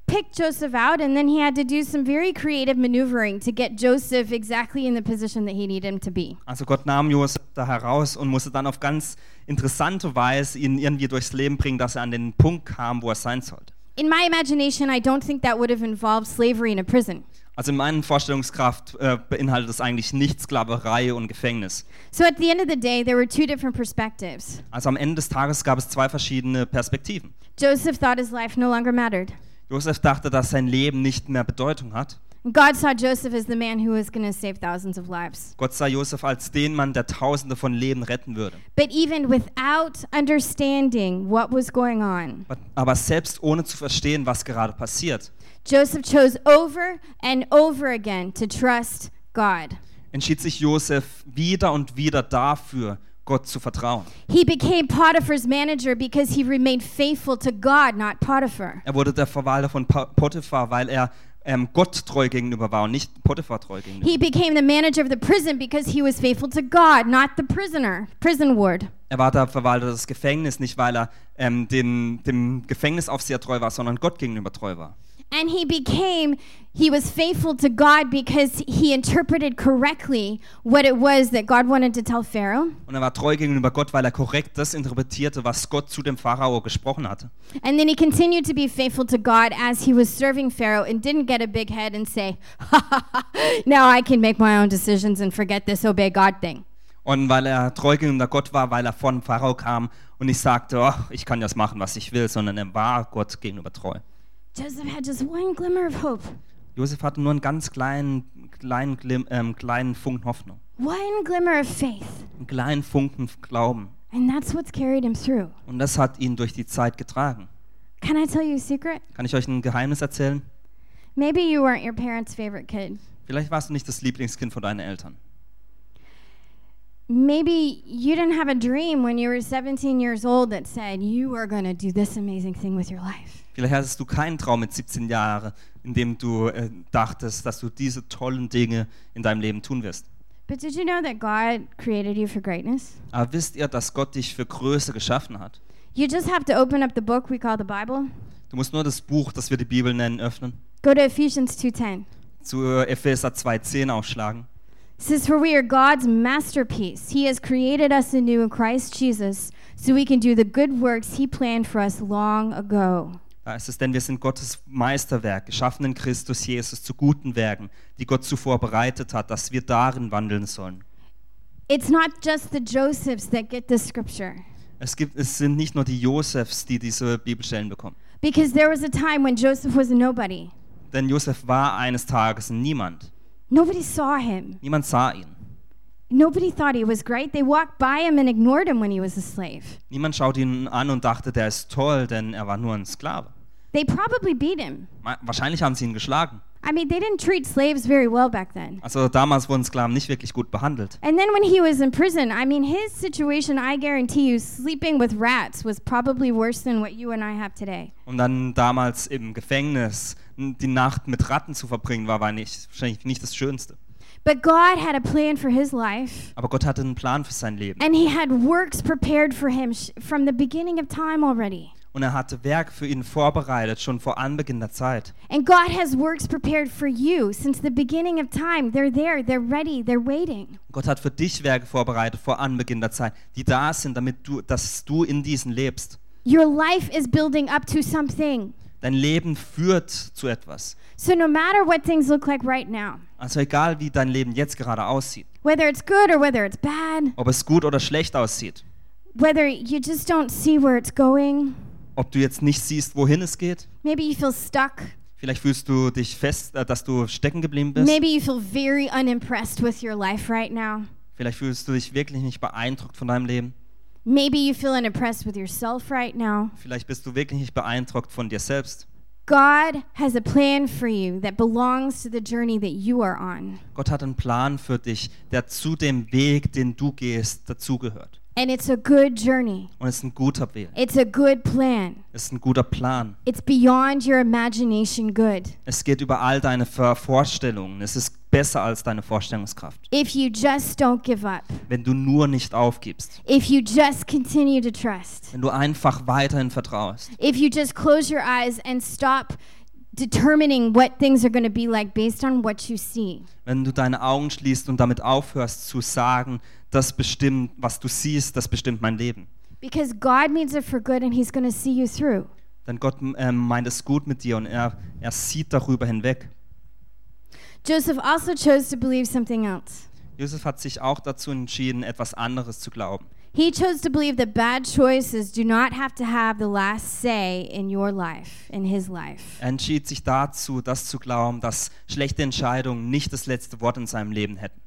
picked Joseph out and then he had to do some very creative maneuvering to get Joseph exactly in the position that he needed him to be.
Also Gott nahm Josef da heraus und musste dann auf ganz interessante Weise ihn irgendwie durchs Leben bringen, dass er an den Punkt kam, wo er sein sollte.
In my imagination, I don't think that would have involved slavery in a prison.
Also in meinen Vorstellungskraft äh, beinhaltet es eigentlich nicht Sklaverei und Gefängnis.
So at the end of the day, there were two different perspectives.
Also am Ende des Tages gab es zwei verschiedene Perspektiven.
Joseph thought his life no longer mattered.
Josef dachte, dass sein Leben nicht mehr Bedeutung hat.
God saw Joseph as the man who was going to save thousands of lives.
Gott sah Josef als den Mann, der Tausende von Leben retten würde.
But even without understanding what was going on,
Aber selbst ohne zu verstehen, was gerade passiert,
Joseph chose over and over again to trust God.
entschied sich Josef wieder und wieder dafür, Gott zu vertrauen.
He became Potiphar's manager because he remained faithful to God, not Potiphar.
Er wurde der Verwalter von Pa- Potiphar, weil er ähm, Gott treu gegenüber war und nicht Potiphar treu gegenüber.
He became the manager of the prison because he was faithful to God, not the prisoner, prison ward.
Er war der Verwalter des Gefängnisses, nicht weil er ähm, den, dem Gefängnisaufseher treu war, sondern Gott gegenüber treu war.
And he became, he was faithful to God because he interpreted correctly what it was that God wanted to tell Pharaoh.
Und er war treu gegenüber Gott, weil er korrekt das interpretierte, was Gott zu dem Pharao gesprochen hatte.
And then he continued to be faithful to God as he was serving Pharaoh and didn't get a big head and say, ha, ha, ha, now I can make my own decisions and forget this obey God thing.
Und weil er treu gegenüber Gott war, weil er von Pharao kam und nicht sagte, oh, ich kann das machen, was ich will, sondern er war Gott gegenüber treu.
Joseph had just one glimmer of hope,
Josef hatte nur einen ganz kleinen, kleinen, Glim- ähm, kleinen Funken Hoffnung,
one glimmer of faith.
einen kleinen Funken Glauben.
And that's what's carried him through.
Und das hat ihn durch die Zeit getragen.
Can I tell you a secret?
Kann ich euch ein Geheimnis erzählen?
Maybe you weren't your parents' favorite kid.
Vielleicht warst du nicht das Lieblingskind von deinen Eltern.
Maybe you didn't have a dream when you were 17 years old that said you are going to do this amazing thing with your life.
Vielleicht hattest du keinen Traum mit 17 Jahren, in dem du äh, dachtest, dass du diese tollen Dinge in deinem Leben tun wirst.
But did you know that God created you for greatness?
Aber wisst ihr, dass Gott dich für Größe geschaffen hat?
You just have to open up the book we call the Bible.
Du musst nur das Buch, das wir die Bibel nennen, öffnen,
Go to Ephesians 2:10.
zu Epheser 2,10 aufschlagen.
It says for we are God's masterpiece. He has created us anew in Christ Jesus so we can do the good works he planned for us long ago.
Da ist es, denn wir sind Gottes Meisterwerk, geschaffen in Christus Jesus zu guten Werken, die Gott zuvor bereitet hat, dass wir darin wandeln sollen.
It's not just the Josephs that get this scripture.
Es, gibt, es sind nicht nur die Josefs, die diese Bibelstellen bekommen.
Because there was a time when Joseph was a nobody.
Denn Josef war eines Tages ein niemand.
Nobody saw him.
Niemand sah ihn.
Nobody thought he was great. They walked by him and ignored him when he was a slave.
Niemand schaute ihn an und dachte, der ist toll, denn er war nur ein Sklave.
They probably beat him.
Ma- Wahrscheinlich haben sie ihn geschlagen.
I mean, they didn't treat slaves very well back then.
Also damals wurden Sklaven nicht wirklich gut behandelt.
And then when he was in prison, I mean, his situation, I guarantee you, sleeping with rats was probably worse than what you and I have today.
Und dann damals im Gefängnis n- die Nacht mit Ratten zu verbringen, war, war nicht, wahrscheinlich nicht das Schönste.
But God had a plan for his life,
Aber Gott hatte einen Plan für sein Leben.
and he had works prepared for him sh- from the beginning of time already.
Und er hatte Werk für ihn vorbereitet, schon vor Anbeginn der Zeit.
And God has works prepared for you since the beginning of time. They're there, they're ready, they're waiting.
Gott hat für dich Werke vorbereitet vor Anbeginn der Zeit, die da sind, damit du, dass du in diesen lebst.
Your life is building up to something.
Dein Leben führt zu etwas.
So, no matter what things look like right now,
Also egal, wie dein Leben jetzt gerade aussieht,
whether it's good or whether it's bad,
ob es gut oder schlecht aussieht,
whether you just don't see where it's going,
ob du jetzt nicht siehst, wohin es geht,
maybe you feel stuck,
vielleicht fühlst du dich fest, äh, dass du stecken geblieben bist,
maybe you feel very unimpressed with your life right now,
vielleicht fühlst du dich wirklich nicht beeindruckt von deinem Leben,
maybe you feel unimpressed with yourself right now,
vielleicht bist du wirklich nicht beeindruckt von dir selbst.
God has a plan for you that belongs to the journey that you are on.
Gott hat einen Plan für dich, der zu dem Weg, den du gehst, dazugehört.
And it's a good journey,
Und es ist ein guter Weg,
it's a good plan.
es ist ein guter Plan.
It's beyond your imagination good.
Es geht über all deine Ver- Vorstellungen. Es ist besser als deine Vorstellungskraft.
If you just don't give up,
Wenn du nur nicht aufgibst,
if you just continue to trust,
wenn du einfach weiterhin vertraust,
if you just close your eyes and stop determining what things are going to be like based on what you see.
wenn du deine Augen schließt und damit aufhörst zu sagen, das bestimmt, was du siehst, das bestimmt mein Leben.
Because God means it for good and He's going to see you through.
Denn Gott ähm, meint es gut mit dir und er, er sieht darüber hinweg.
Joseph also chose to believe something else.
Josef hat sich auch dazu entschieden, etwas anderes zu glauben.
He chose to believe that bad choices do not have to have the last say in your life, in his life.
Er entschied sich dazu, das zu glauben, dass schlechte Entscheidungen nicht das letzte Wort in seinem Leben hätten.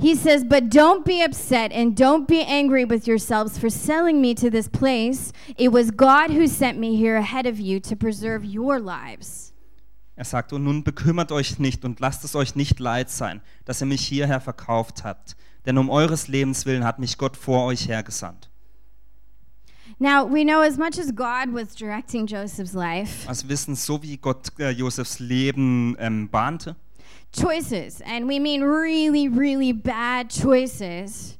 He says, But don't be upset and don't be angry with yourselves for selling me to this place. It was God who sent me here ahead of you to preserve your lives.
Er sagt, und nun bekümmert euch nicht und lasst es euch nicht leid sein, dass ihr mich hierher verkauft habt. Denn um eures Lebens willen hat mich Gott vor euch hergesandt.
Now, we know as much as God was directing Joseph's life,
Also wissen, so wie Gott äh, Josefs Leben ähm, bahnte,
choices, and we mean really, really bad choices,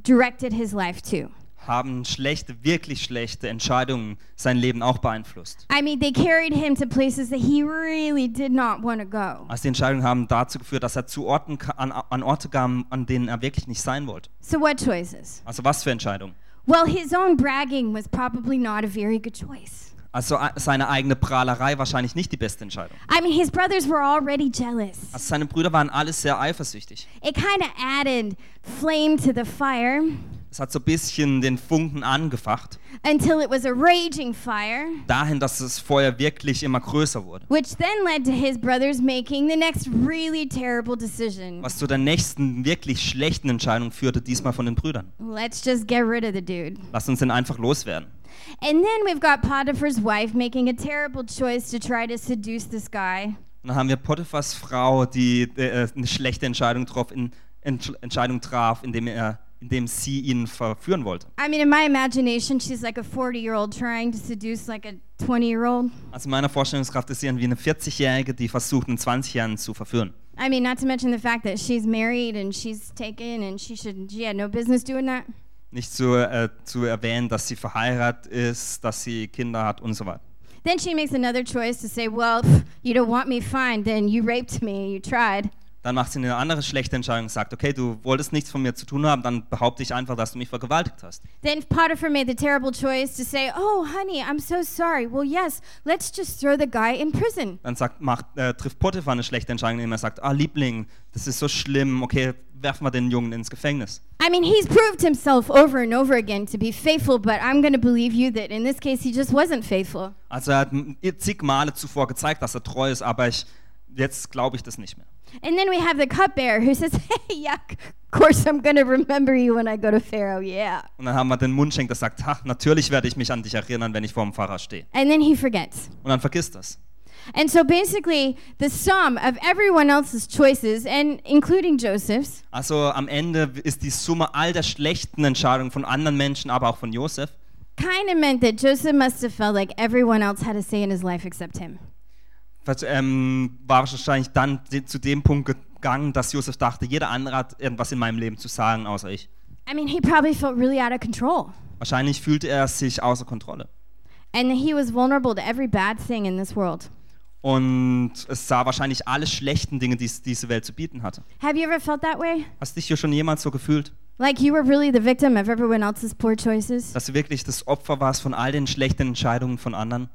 directed his life too.
haben schlechte, wirklich schlechte Entscheidungen sein Leben auch beeinflusst.
I mean, they carried him to places that he really did not want to go.
Also die Entscheidungen haben dazu geführt, dass er zu Orten ka- an, an Orte kam, an denen er wirklich nicht sein wollte.
So, what choices?
Also was für Entscheidungen?
Well, his own bragging was probably not a very good choice.
Also äh, seine eigene Prahlerei wahrscheinlich nicht die beste Entscheidung.
I mean, his brothers were already jealous.
Also seine Brüder waren alle sehr eifersüchtig.
It kind of added flame to the fire
Es hat so ein bisschen den Funken angefacht,
until it was a raging fire,
dahin, dass das Feuer wirklich immer größer wurde.
which then led to his brothers making the next really terrible decision.
Was zu der nächsten wirklich schlechten Entscheidung führte, diesmal von den Brüdern.
Let's just get rid of the dude.
Lass uns den einfach loswerden.
And then we've got Potiphar's wife making a terrible choice to try to seduce this guy.
Und dann haben wir Potiphas Frau, die äh, eine schlechte Entscheidung traf, in, Entsch Entscheidung traf indem, er, indem sie ihn verführen wollte.
I mean, in my imagination, she's like a 40 year old trying to seduce like a 20 year old.
Also in meiner Vorstellungskraft ist sie irgendwie eine 40-Jährige, die versucht, einen 20-Jährigen zu verführen.
I mean, not to mention the fact that she's married and she's taken and she should, she had no business doing that.
Nicht zu, äh, zu erwähnen, dass sie verheiratet ist, dass sie Kinder hat und so weiter.
Then she makes another choice to say, Well, pff, you don't want me, fine. Then you raped me, you tried.
Dann macht sie eine andere schlechte Entscheidung und sagt, okay, du wolltest nichts von mir zu tun haben, dann behaupte ich einfach, dass du mich vergewaltigt hast.
Then Potiphar made the terrible choice to say, Oh, honey, I'm so sorry. Well, yes, let's just throw the guy in prison.
Dann sagt, macht, äh, trifft Potiphar eine schlechte Entscheidung, indem er sagt, ah Liebling, das ist so schlimm, okay, werfen wir den Jungen ins Gefängnis.
I mean, he's proved himself over and over again to be faithful, but I'm going to believe you that in this case he just wasn't faithful.
Also er hat m- zig Male zuvor gezeigt, dass er treu ist, aber ich, jetzt glaube ich das nicht mehr.
And then we have the cupbearer who says, Hey, yuck, course, I'm going to remember you when I go to Pharaoh. Yeah.
Und dann haben wir den Mundschenk, der sagt, ha, natürlich werde ich mich an dich erinnern, wenn ich vor dem Pfarrer stehe.
And then he forgets.
Und dann vergisst das.
And so basically, the sum of everyone else's choices, and including Joseph's,
Also am Ende ist die Summe all der schlechten Entscheidungen von anderen Menschen, aber auch von Josef,
kind of meant that Joseph must have felt like everyone else had a say in his life except him.
was, ähm, war wahrscheinlich dann de- zu dem Punkt gegangen, dass Josef dachte, jeder andere hat irgendwas in meinem Leben zu sagen, außer ich.
I mean, he probably felt really out of control.
Wahrscheinlich fühlte er sich außer Kontrolle.
And that he was vulnerable to every bad thing in this world.
Und es sah wahrscheinlich alle schlechten Dinge, die es- diese Welt zu bieten hatte.
Have you ever felt that way?
Hast dich hier schon jemals so gefühlt,
Like you were really the victim of everyone else's poor choices?
dass du wirklich das Opfer warst von all den schlechten Entscheidungen von anderen?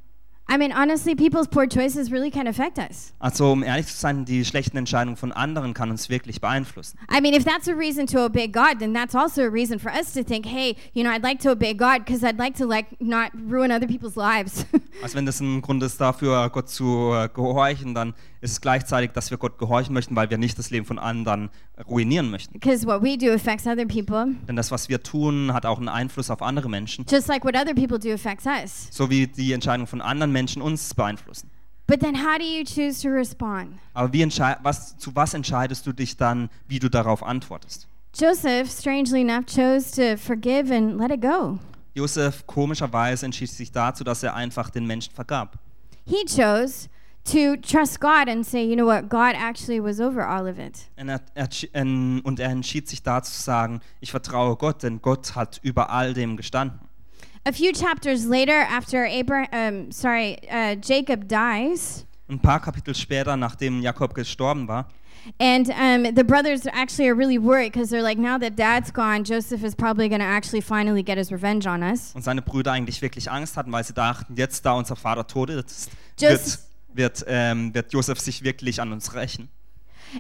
I mean, honestly, people's poor choices really can affect us.
Also um ehrlich zu sein, die schlechten Entscheidungen von anderen kann uns wirklich beeinflussen.
I mean, if that's a reason to obey God, then that's also a reason for us to think, hey, you know, I'd like to obey God because I'd like to, like, not ruin other people's lives.
Also wenn das ein Grund ist dafür, Gott zu äh, gehorchen, dann ist es gleichzeitig, dass wir Gott gehorchen möchten, weil wir nicht das Leben von anderen ruinieren möchten.
Because what we do affects other people,
Denn das, was wir tun, hat auch einen Einfluss auf andere Menschen,
just like what other people do affects us.
so wie die Entscheidungen von anderen Menschen uns beeinflussen.
But then how do you choose to respond?
Aber wie entschei- was, zu was entscheidest du dich dann, wie du darauf antwortest?
Joseph, strangely enough, chose to forgive and let it go.
Josef komischerweise entschied sich dazu, dass er einfach den Menschen vergab.
He chose to trust God and say, you know what, God actually was over all of it.
Und er, er, entschi- en- und er entschied sich dazu zu sagen, ich vertraue Gott, denn Gott hat über all dem gestanden.
A few chapters later, after Abraham, um, sorry, uh, Jacob dies,
Ein paar Kapitel später, nachdem Jakob gestorben war,
and um, the brothers actually are really worried because they're like, now that dad's gone, Joseph is probably going to actually finally get his revenge on us.
und seine Brüder eigentlich wirklich Angst hatten, weil sie dachten, jetzt da unser Vater tot ist,
Joseph-
wird, wird, ähm, wird Josef sich wirklich an uns rächen.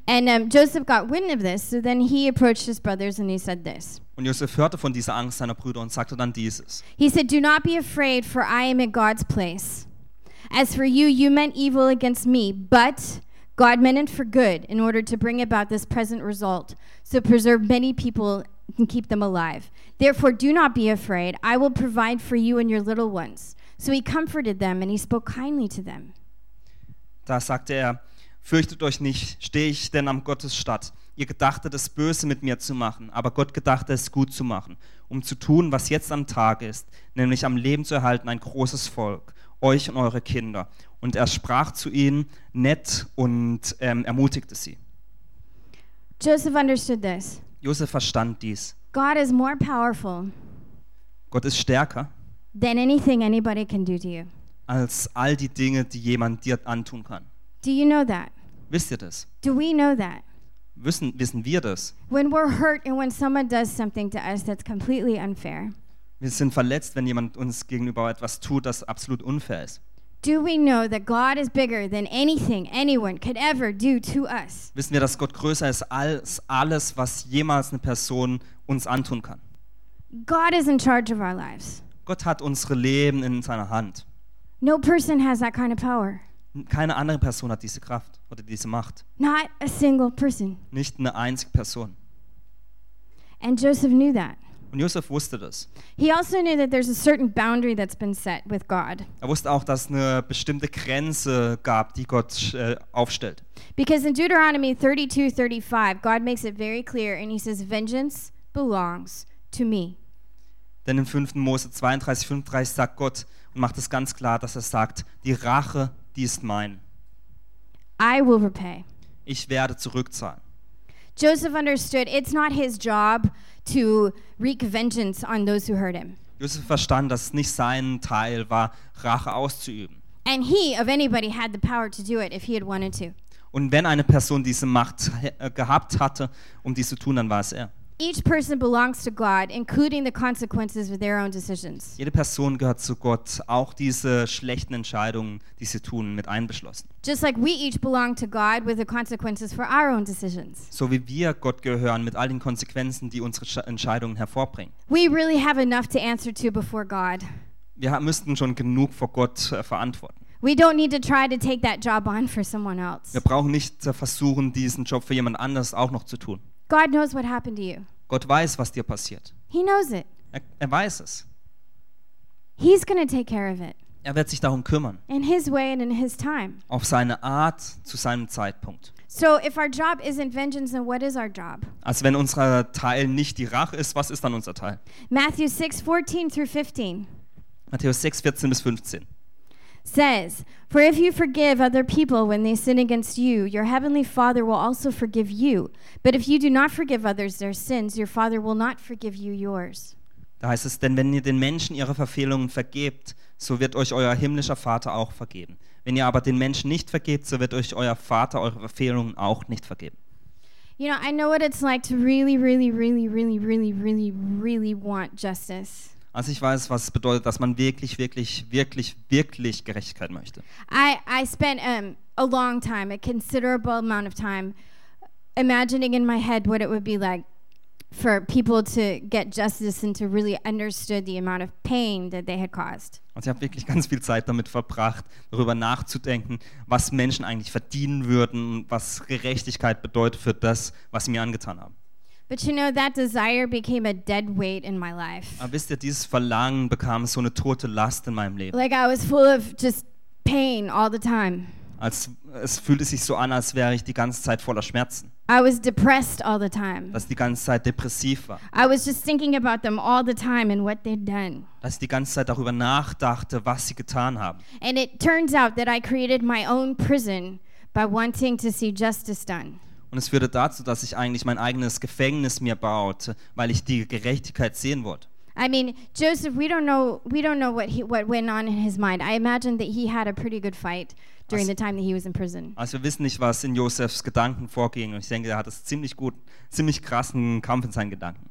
And um, Joseph got wind of this, so then he approached his brothers and he said this.
Und Josef hörte von dieser Angst seiner Brüder und sagte dann dieses.
He said, Do not be afraid, for I am in God's place. As for you, you meant evil against me, but God meant it for good in order to bring about this present result, so preserve many people and keep them alive. Therefore, do not be afraid. I will provide for you and your little ones. So he comforted them and he spoke kindly to them.
Da sagte er, fürchtet euch nicht, stehe ich denn am Gottes statt? Ihr gedachtet es böse mit mir zu machen, aber Gott gedachte es gut zu machen, um zu tun, was jetzt am Tage ist, nämlich am Leben zu erhalten ein großes Volk, euch und eure Kinder. Und er sprach zu ihnen nett und ähm, ermutigte sie.
Joseph understood this.
Josef verstand dies.
God is more powerful
Gott ist stärker
than anything anybody can do to you.
als all die Dinge, die jemand dir antun kann.
Do you know that?
Wisst ihr das?
Do we know that?
Wissen, wissen wir das?
When we're hurt and when someone does something to us that's completely unfair,
Wir sind verletzt, wenn jemand uns gegenüber etwas tut, das absolut unfair ist.
do we know that God is bigger than anything anyone could ever do to us?
wissen wir, dass Gott größer ist als alles, was jemals eine Person uns antun kann.
God is in charge of our lives.
Gott hat unsere Leben in seiner Hand.
No person has that kind of power.
Keine andere Person hat diese Kraft oder diese Macht.
Not a single person.
Nicht eine einzige Person.
And Joseph knew that.
Und Josef wusste das.
He also knew that there's a certain boundary that's been set with God.
Er wusste auch, dass es eine bestimmte Grenze gab, die Gott äh, aufstellt.
Because in Deuteronomy 32 35, God makes it very clear and he says, Vengeance belongs to me.
Denn im 5. Mose 32, 35 sagt Gott und macht es ganz klar, dass er sagt, die Rache, die ist mein.
I will repay.
Ich werde zurückzahlen.
Joseph understood it's not his job to wreak vengeance on those who hurt him.
Josef verstand, dass es nicht sein Teil war, Rache auszuüben.
And he, of anybody, had the power to do it if he had wanted to.
Und wenn eine Person diese Macht äh, gehabt hatte, um dies zu tun, dann war es er.
Each person belongs to God, including the consequences of their own decisions.
Jede Person gehört zu Gott, auch diese schlechten Entscheidungen, die sie tun, mit einbeschlossen.
Just like we each belong to God with the consequences for our own decisions.
So wie wir Gott gehören, mit all den Konsequenzen, die unsere Sche- Entscheidungen hervorbringen.
We really have enough to answer to before God.
Wir ha- müssten schon genug vor Gott äh, verantworten.
We don't need to try to take that job on for someone else.
Wir brauchen nicht äh, versuchen, diesen Job für jemand anders auch noch zu tun.
God knows what happened to you.
Gott weiß, was dir passiert.
He knows it.
Er, er weiß es.
He's going to take care of it
Er wird sich darum kümmern.
in His way and in His time.
Auf seine Art, zu seinem Zeitpunkt.
So if our job isn't vengeance, then what is our job?
Also wenn unser Teil nicht die Rache ist, was ist dann unser Teil?
Matthew 6 14 through 15.
Matthäus 6, 14 bis 15.
says, For if you forgive other people when they sin against you, your heavenly Father will also forgive you. But if you do not forgive others their sins, your Father will not forgive you yours.
Da heißt es, denn wenn ihr den Menschen ihre Verfehlungen vergebt, so wird euch euer himmlischer Vater auch vergeben. Wenn ihr aber den Menschen nicht vergebt, so wird euch euer Vater eure Verfehlungen auch nicht vergeben.
You know, I know what it's like to really, really, really, really, really, really, really want justice.
Also ich weiß, was es bedeutet, dass man wirklich, wirklich, wirklich, wirklich Gerechtigkeit möchte.
I, I spent um, a long time, a considerable amount of time, imagining in my head what it would be like for people to get justice and to really understood the amount of pain that they had caused.
Also ich habe wirklich ganz viel Zeit damit verbracht, darüber nachzudenken, was Menschen eigentlich verdienen würden, und was Gerechtigkeit bedeutet für das, was sie mir angetan haben.
But you know, that desire became a dead weight in my life.
Aber wisst ihr, dieses Verlangen bekam so eine tote Last in meinem Leben.
Like I was full of just pain all the time.
Als, es fühlte sich so an, als wäre ich die ganze Zeit voller Schmerzen,
I was depressed all the time.
dass ich die ganze Zeit depressiv war,
I was just thinking about them all the time and what they'd done.
dass ich die ganze Zeit darüber nachdachte, was sie getan haben.
And it turns out that I created my own prison by wanting to see justice done.
Und es führte dazu, dass ich eigentlich mein eigenes Gefängnis mir baute, weil ich die Gerechtigkeit sehen wollte.
I mean, Joseph, we don't know we don't know what he what went on in his mind. I imagine that he had a pretty good fight during the
Us-
time that he was in prison.
Also wir wissen nicht, was in Josefs Gedanken vorging. Und ich denke, er hat es ziemlich gut, ziemlich krassen Kampf in seinen Gedanken.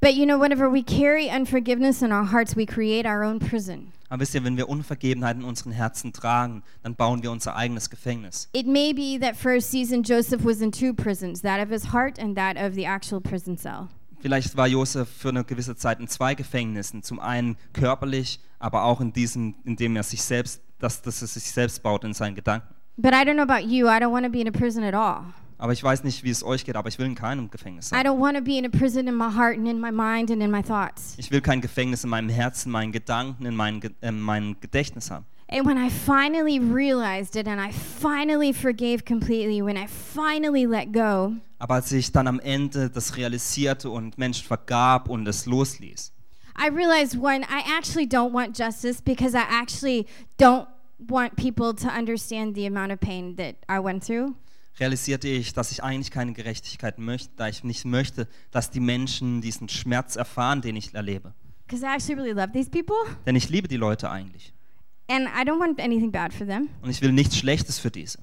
But you know, whenever we carry unforgiveness in our hearts, we create our own prison.
Aber wisst ihr, wenn wir Unvergebenheit in unseren Herzen tragen, dann bauen wir unser eigenes Gefängnis.
It may be that for a season Joseph was in two prisons, that of his heart and that of the actual prison cell.
Vielleicht war Josef für eine gewisse Zeit in zwei Gefängnissen. Zum einen körperlich, aber auch in diesem, in dem er sich selbst, dass, dass er sich selbst baut in seinen Gedanken.
But I don't know about you, I don't want to be in a prison at all.
Aber ich weiß nicht, wie es euch geht, aber ich will in keinem Gefängnis
I
sein.
don't want to be in a prison in my heart and in my mind and in my thoughts.
Ich will kein Gefängnis in meinem Herzen, meinen Gedanken, in meinem Ge äh, meinem Gedächtnis haben.
And when I finally realized it and I finally forgave completely, when I finally let go,
Aber als ich dann am Ende das realisierte und Menschen vergab und es losließ,
I realized one, I actually don't want justice because I actually don't want people to understand the amount of pain that I went through.
realisierte ich, dass ich eigentlich keine Gerechtigkeit möchte, da ich nicht möchte, dass die Menschen diesen Schmerz erfahren, den ich erlebe.
Because I actually really love these people
Denn ich liebe die Leute eigentlich.
and I don't want anything bad for them.
Und ich will nichts Schlechtes für diese.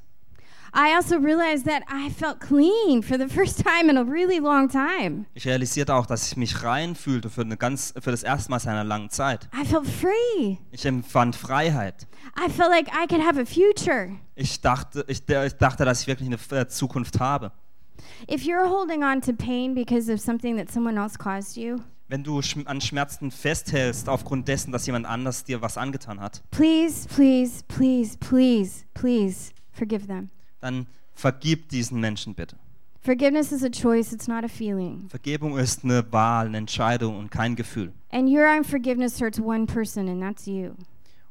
I also realized that I felt clean for the first time in a really long time.
Ich realisierte auch, dass ich mich rein fühlte für, eine ganz, für das erste Mal seit einer langen Zeit.
I felt free.
Ich empfand Freiheit.
I felt like I could have a future.
Ich dachte, ich, ich dachte, dass ich wirklich eine äh, Zukunft habe.
If you're holding on to pain because of something that someone else caused you,
Wenn du schm- an Schmerzen festhältst aufgrund dessen, dass jemand anders dir was angetan hat,
please, please, please, please, please forgive them.
dann vergib diesen Menschen bitte.
Forgiveness is a choice, it's not a feeling.
Vergebung ist eine Wahl, eine Entscheidung und kein Gefühl.
And your unforgiveness hurts one person, and that's you.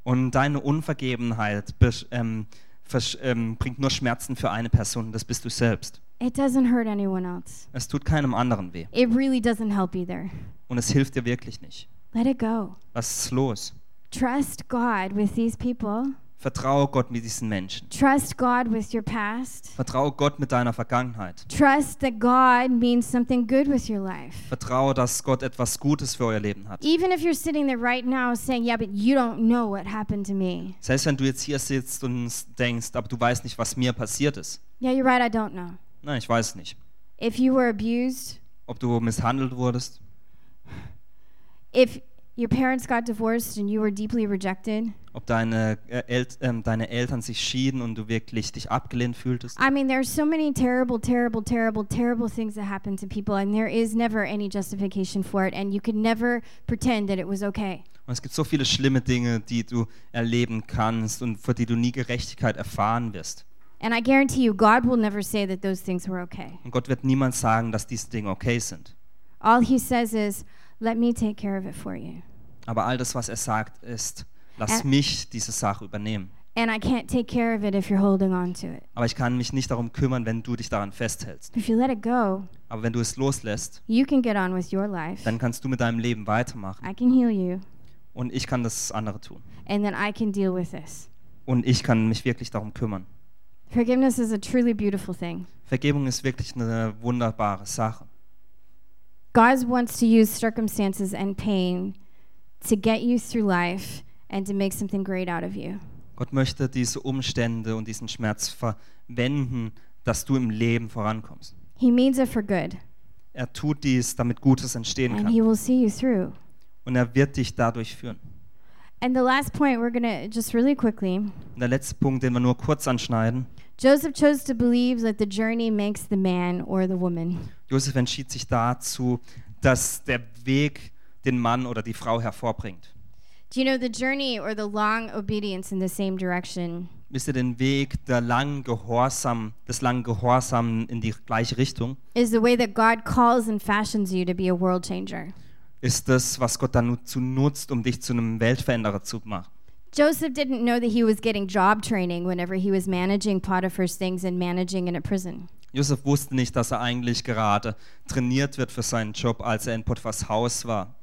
Und deine Unvergebenheit besch- ähm, versch- ähm, bringt nur Schmerzen für eine Person, das bist du selbst.
It doesn't hurt anyone else.
Es tut keinem anderen weh
It really doesn't help either.
und es hilft dir wirklich nicht.
Let it go.
Was ist los?
Trust God with these people.
Vertraue Gott mit diesen Menschen.
Trust God with your past.
Vertraue Gott mit deiner Vergangenheit.
Trust that God means something good with your life.
Vertraue, dass Gott etwas Gutes für euer Leben hat.
Even if you're sitting there right now saying, Yeah, but you don't know what happened to me.
Selbst wenn du jetzt hier sitzt und denkst, aber du weißt nicht, was mir passiert ist.
Yeah, you're right, I don't know.
Nein, ich weiß nicht.
If you were abused,
Ob du misshandelt wurdest,
if your parents got divorced and you were deeply rejected,
ob deine, äh, El ähm, deine Eltern sich schieden und du wirklich dich abgelehnt fühltest.
I mean, there's so many terrible, terrible, terrible, terrible things that happen to people, and there is never any justification for it, and you could never pretend that it was okay.
Und es gibt so viele schlimme Dinge, die du erleben kannst und für die du nie Gerechtigkeit erfahren wirst.
And I guarantee you, God will never say that those things were okay.
Und Gott wird niemals sagen, dass diese Dinge okay sind.
All He says is, let me take care of it for you.
Aber all das, was er sagt, ist, lass
Er-
mich diese Sache übernehmen.
And I can't take care of it if you're holding on to it.
Aber ich kann mich nicht darum kümmern, wenn du dich daran festhältst.
If you let it go,
Aber wenn du es loslässt,
you can get on with your life.
dann kannst du mit deinem Leben weitermachen.
I can heal you,
Und ich kann das andere tun.
and then I can deal with this.
Und ich kann mich wirklich darum kümmern.
Forgiveness is a truly beautiful thing.
Vergebung ist wirklich eine wunderbare Sache.
God wants to use circumstances and pain to get you through life and to make something great out of you.
Gott möchte diese Umstände und diesen Schmerz verwenden, dass du im Leben vorankommst.
He means it for good,
Er tut dies, damit Gutes entstehen
and He
kann.
will see you through.
Und er wird dich dadurch führen.
And the last point we're going to just really quickly
Und der letzte Punkt, den wir nur kurz anschneiden.
Joseph chose to believe that the journey makes the man or the woman.
Josef entschied sich dazu, dass der Weg den Mann oder die Frau hervorbringt.
Do you know the journey or the long obedience in the same direction
Wisst ihr, den Weg der langen Gehorsam, des langen Gehorsam in die gleiche Richtung
is the way that God calls and fashions you to be a world changer?
ist das, was Gott dazu nutzt, um dich zu einem Weltveränderer zu machen.
Joseph didn't know that he was getting job training whenever he was managing Potiphar's things and managing in a prison.
Josef wusste nicht, dass er eigentlich gerade trainiert wird für seinen Job, als er in Potiphars Haus war.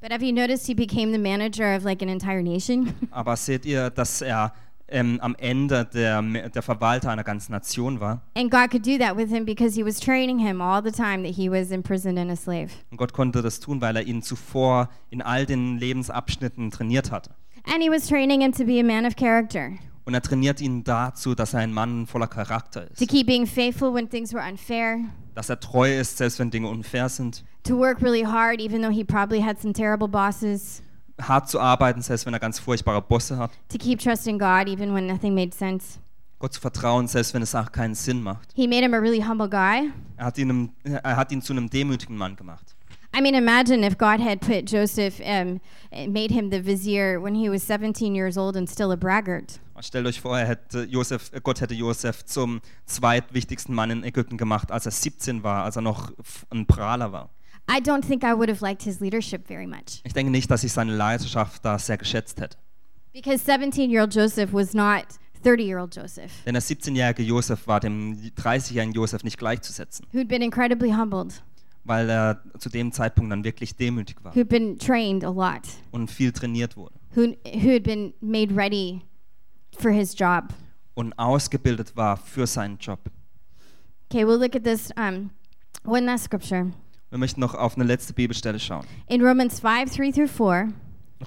But have you noticed he became the manager of like an entire nation?
Aber seht ihr, dass er ähm, am Ende der, der Verwalter einer ganzen Nation war?
and God could do that with him because he was training him all the time that he was imprisoned and a slave.
Und Gott konnte das tun, weil er ihn zuvor in all den Lebensabschnitten trainiert hatte.
And he was training him to be a man of character,
Und er trainiert ihn dazu, dass er ein Mann voller Charakter
to
ist.
keep being faithful when things were unfair,
Dass er treu ist, selbst wenn Dinge unfair sind.
to work really hard even though he probably had some terrible bosses,
Hart zu arbeiten, selbst wenn er ganz furchtbare Bosse hat.
to keep trusting God even when nothing made sense.
Gott zu vertrauen, selbst wenn es auch keinen Sinn macht.
He made him a really humble guy.
Er hat ihn, einem, er hat ihn zu einem demütigen Mann gemacht.
I mean, imagine if God had put Joseph, um, made him the vizier when he was 17 years old and still a braggart.
Stellt euch vor, er hätte Josef, Gott hätte Josef zum zweitwichtigsten Mann in Ägypten gemacht, als er 17 war, als er noch f- ein Prahler war.
I don't think I would have liked his leadership very much
Ich denke nicht, dass ich seine Leidenschaft da sehr geschätzt hätte.
because 17 year old Joseph was not 30 year old Joseph,
Denn der 17-jährige Josef war dem 30-jährigen Josef nicht gleichzusetzen,
who'd been incredibly humbled,
weil er zu dem Zeitpunkt dann wirklich demütig war
who'd been trained a lot,
und viel trainiert wurde
who, who had been made ready for his job.
und ausgebildet war für seinen Job.
Okay, we'll look at this um, one last scripture.
Wir möchten noch auf eine letzte Bibelstelle schauen.
In Romans 5 3 through 4,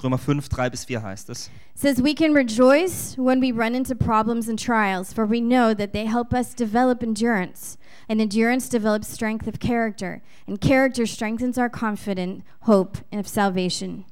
Römer 5, 3 bis 4 heißt es.
says we can rejoice when we run into problems and trials for we know that they help us develop endurance and endurance develops strength of character and character strengthens our confident hope of salvation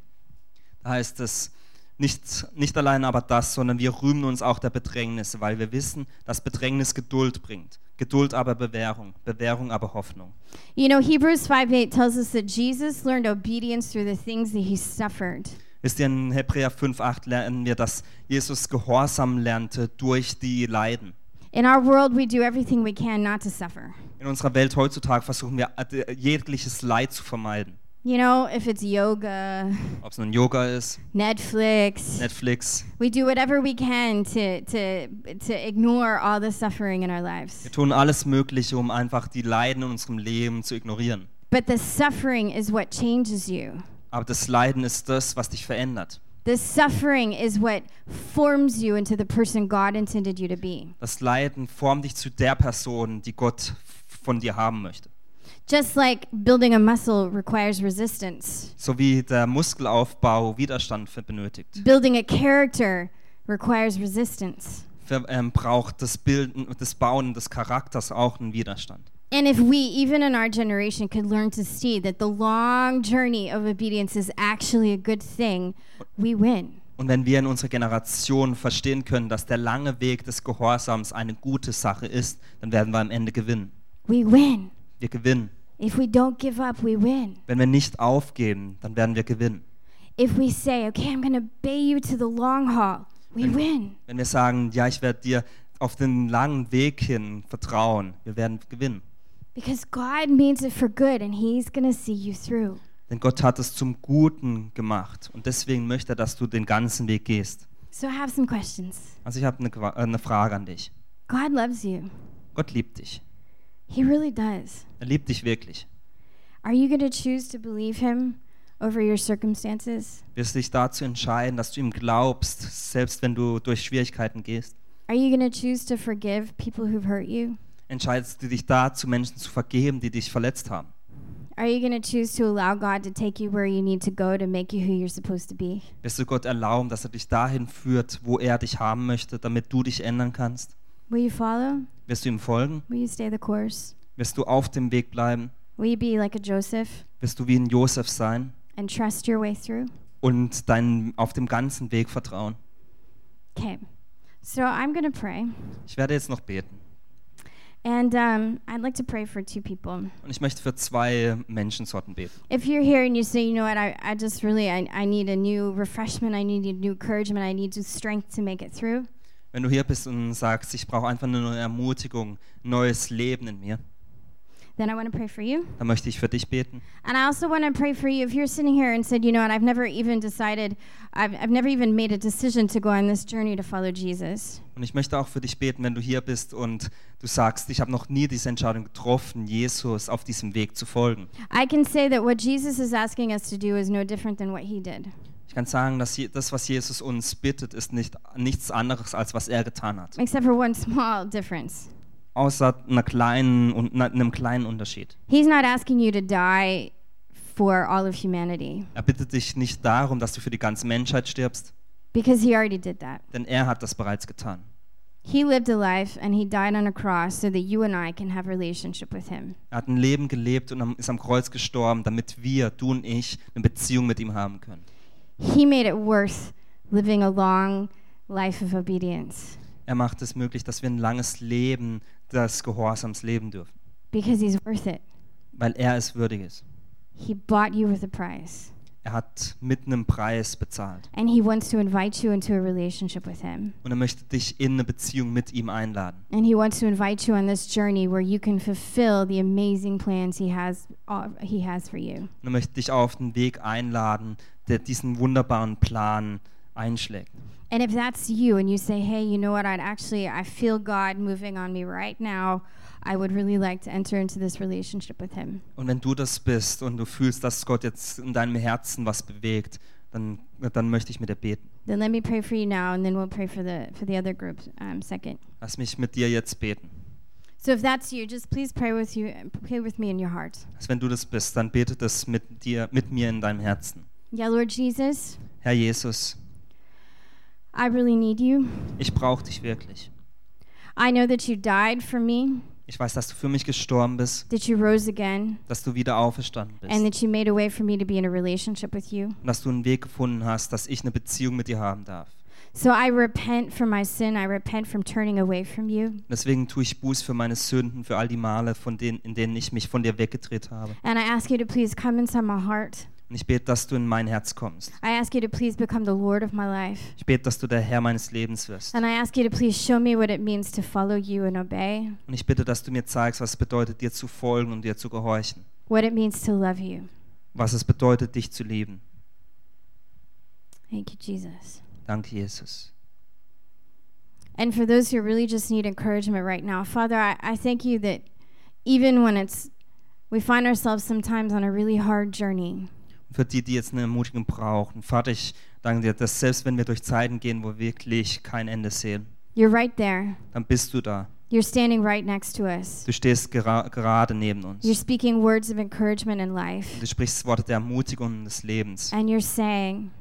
Da heißt es, nicht, nicht allein aber das, sondern wir rühmen uns auch der Bedrängnis, weil wir wissen, dass Bedrängnis Geduld bringt. Geduld aber Bewährung, Bewährung aber Hoffnung.
you know hebrews 5 8 tells us that jesus learned obedience through the things that he suffered
Wisst ihr, in Hebräer 5,8 lernen wir, dass Jesus Gehorsam lernte durch die Leiden.
in our world we do everything we can not to suffer
In unserer Welt heutzutage versuchen wir äh, jegliches Leid zu vermeiden.
you know if it's yoga
Ob es nun Yoga ist,
netflix
Netflix.
we do whatever we can to, to, to ignore all the suffering in our lives
Wir tun alles Mögliche, um einfach die Leiden in unserem Leben zu ignorieren.
But the suffering is what changes you.
Aber das Leiden ist das, was dich verändert.
The suffering is what forms you into the person God intended you to be.
Das Leiden formt dich zu der Person, die Gott von dir haben möchte.
Just like building a muscle requires resistance,
So wie der Muskelaufbau Widerstand für benötigt,
building a character requires resistance.
ver- ähm, braucht das Bilden, das Bauen des Charakters auch einen Widerstand.
And if we, even in our generation, could learn to see that the long journey of obedience is actually a good thing, we win.
Und wenn wir in unserer Generation verstehen können, dass der lange Weg des Gehorsams eine gute Sache ist, dann werden wir am Ende gewinnen.
We win.
Wir gewinnen.
If we don't give up, we win.
Wenn wir nicht aufgeben, dann werden wir gewinnen.
If we say, okay, I'm going to obey you to the long haul, we win.
Wenn wir sagen, ja, ich werde dir auf den langen Weg hin vertrauen. Wir werden gewinnen.
because God means it for good and He's going to see you through.
Denn Gott hat es zum Guten gemacht. Und deswegen möchte er, dass du den ganzen Weg gehst.
So I have some questions.
Also ich habe eine, Qua- äh, eine Frage an dich.
God loves you,
Gott liebt dich.
He really does.
Er liebt dich wirklich.
Are you going to choose to believe Him over your circumstances?
Wirst du dich dazu entscheiden, dass du ihm glaubst, selbst wenn du durch Schwierigkeiten gehst?
Are you going to choose to forgive people who've hurt you?
Entscheidest du dich dazu, Menschen zu vergeben, die dich verletzt haben?
Are you going to choose to allow God to take you where you need to go to make you who you're supposed to be?
Wirst du Gott erlauben, dass er dich dahin führt, wo er dich haben möchte, damit du dich ändern kannst?
Will you follow?
Wirst du ihm folgen?
Will you stay the course?
Wirst du auf dem Weg bleiben?
Will you be like a Joseph
Wirst du wie ein Josef sein
and trust your way through?
und deinen, auf dem ganzen Weg vertrauen?
Okay. So I'm going to pray.
Ich werde jetzt noch beten.
And um, I'd like to pray for two people.
Und ich möchte für zwei Menschensorten beten.
If you're here and you say, you know what, I, I just really, I, I need a new refreshment, I need a new encouragement, I need strength to make it through,
Wenn du hier bist und sagst, ich brauche einfach eine neue Ermutigung, neues Leben in mir,
then I want to pray for you.
dann möchte ich für dich beten.
And I also want to pray for you if you're sitting here and said, you know what, I've never even decided, I've, I've never even made a decision to go on this journey to follow Jesus.
Und ich möchte auch für dich beten, wenn du hier bist und du sagst, ich habe noch nie diese Entscheidung getroffen, Jesus auf diesem Weg zu folgen.
I can say that what Jesus is asking us to do is no different than what he did.
Ich kann sagen, dass je- das, was Jesus uns bittet, ist nicht, nichts anderes, als was er getan hat.
except for one small difference.
Außer einer kleinen, und na- einem kleinen Unterschied.
He's not asking you to die for all of humanity
Er bittet dich nicht darum, dass du für die ganze Menschheit stirbst,
because he already did that.
denn er hat das bereits getan.
He lived a life and he died on a cross so that you and I can have relationship with him.
Er hat ein Leben gelebt und am- ist am Kreuz gestorben, damit wir, du und ich, eine Beziehung mit ihm haben können.
He made it worth living a long life of obedience
Er macht es möglich, dass wir ein langes Leben des Gehorsams leben dürfen,
because he's worth it.
weil er es würdig ist.
He bought you with a price
Er hat mit einem Preis bezahlt
and he wants to invite you into a relationship with him.
und er möchte dich in eine Beziehung mit ihm einladen.
And he wants to invite you on this journey where you can fulfill the amazing plans he has uh, he has for you.
Und er möchte dich auf den Weg einladen, der diesen wunderbaren Plan einschlägt.
And if that's you and you say, hey, you know what, I'd actually, I feel God moving on me right now, I would really like to enter into this relationship with Him.
Und wenn du das bist und du fühlst, dass Gott jetzt in deinem Herzen was bewegt, dann, dann möchte ich mit dir beten.
Then let me pray for you now, and then we'll pray for the, for the other group um, second.
Lass mich mit dir jetzt beten.
So if that's you, just please pray with you, pray with me in your heart.
Also wenn du das bist, dann bete das mit dir, mit mir in deinem Herzen.
Yeah, Lord Jesus,
Herr Jesus,
I really need you.
ich brauche dich wirklich.
I know that you died for me,
Ich weiß, dass du für mich gestorben bist,
that you rose again,
dass du wieder auferstanden bist
and
und
that you made a way for me to be in a relationship with you.
dass du einen Weg gefunden hast, dass ich eine Beziehung mit dir haben darf.
So I repent for my sin. I repent from turning away from you.
Deswegen tue ich Buß für meine Sünden, für all die Male, von denen, in denen ich mich von dir weggedreht habe.
And I ask you to please come inside my heart.
Und ich bete, dass du in mein Herz kommst.
I ask you to please become the Lord of my life.
Ich bete, dass du der Herr meines Lebens wirst.
And I ask you to please show me what it means to follow you and obey,
Und ich bitte, dass du mir zeigst, was es bedeutet, dir zu folgen und dir zu gehorchen.
what it means to love you.
Was es bedeutet, dich zu lieben.
Thank you, Jesus.
Danke, Jesus.
And for those who really just need encouragement right now, Father, I, I thank you that even when it's we find ourselves sometimes on a really hard journey,
Und für die, die jetzt eine Ermutigung brauchen. Vater, ich danke dir, dass selbst wenn wir durch Zeiten gehen, wo wir wirklich kein Ende sehen,
you're right there.
dann bist du da.
You're standing right next to us.
Du stehst gera gerade neben uns.
You're
Und
speaking words of encouragement and life.
du sprichst Worte der Ermutigung und des Lebens.
And you're saying,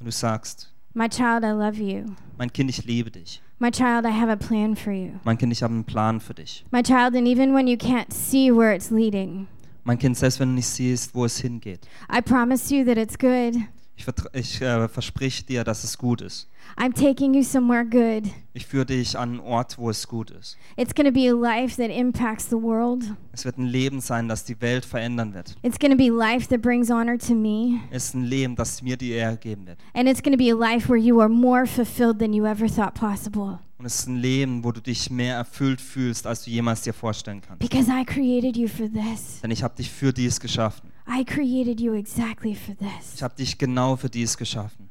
Und du sagst,
My child, I love you.
mein Kind, ich liebe dich.
My child, I have a plan for you.
Mein Kind, ich habe einen Plan für dich.
My child, and even when you can't see where it's leading,
Mein Kind, selbst wenn du nicht siehst, wo es hingeht,
I promise you that it's good.
ich, vertra- ich äh, verspreche dir, dass es gut ist.
I'm taking you somewhere good.
Ich führe dich an einen Ort, wo es gut ist.
It's going to be a life that impacts the world.
Es wird ein Leben sein, das die Welt verändern wird.
It's going to be life that brings honor to me.
Es ist ein Leben, das mir die Ehre geben wird.
And it's going to be a life where you are more fulfilled than you ever thought possible.
Und es ist ein Leben, wo du dich mehr erfüllt fühlst, als du jemals dir vorstellen kannst.
because I created you for this.
Denn ich habe dich für dies geschaffen.
I created you exactly for this.
Ich habe dich genau für dies geschaffen.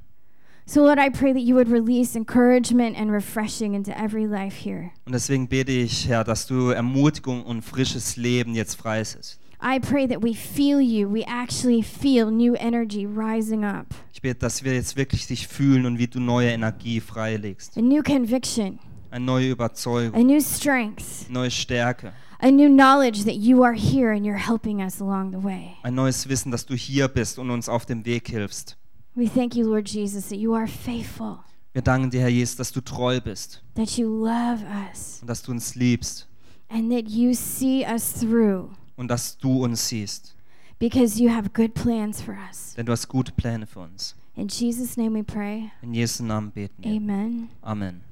So, Lord, I pray that you would release encouragement and refreshing into every life here.
Und deswegen bete ich, Herr, dass du Ermutigung und frisches Leben jetzt freisetzt.
I pray that we feel you. We actually feel new energy rising up,
Ich bete, dass wir jetzt wirklich dich fühlen und wie du neue Energie freilegst.
a new conviction,
Eine neue
a
Überzeugung,
new strength,
neue Stärke,
a new knowledge that you are here and you're helping us along the way.
ein neues Wissen, dass du hier bist und uns auf dem Weg hilfst.
We thank you, Lord Jesus, that you are faithful,
Wir danken dir, Herr Jesus, dass du treu bist
that you love us,
und dass du uns liebst
and that you see us through
und dass du uns siehst.
because you have good plans for us.
Denn du hast gute Pläne für uns.
In Jesus' name we pray.
In Jesu Namen beten wir.
Amen.
Amen.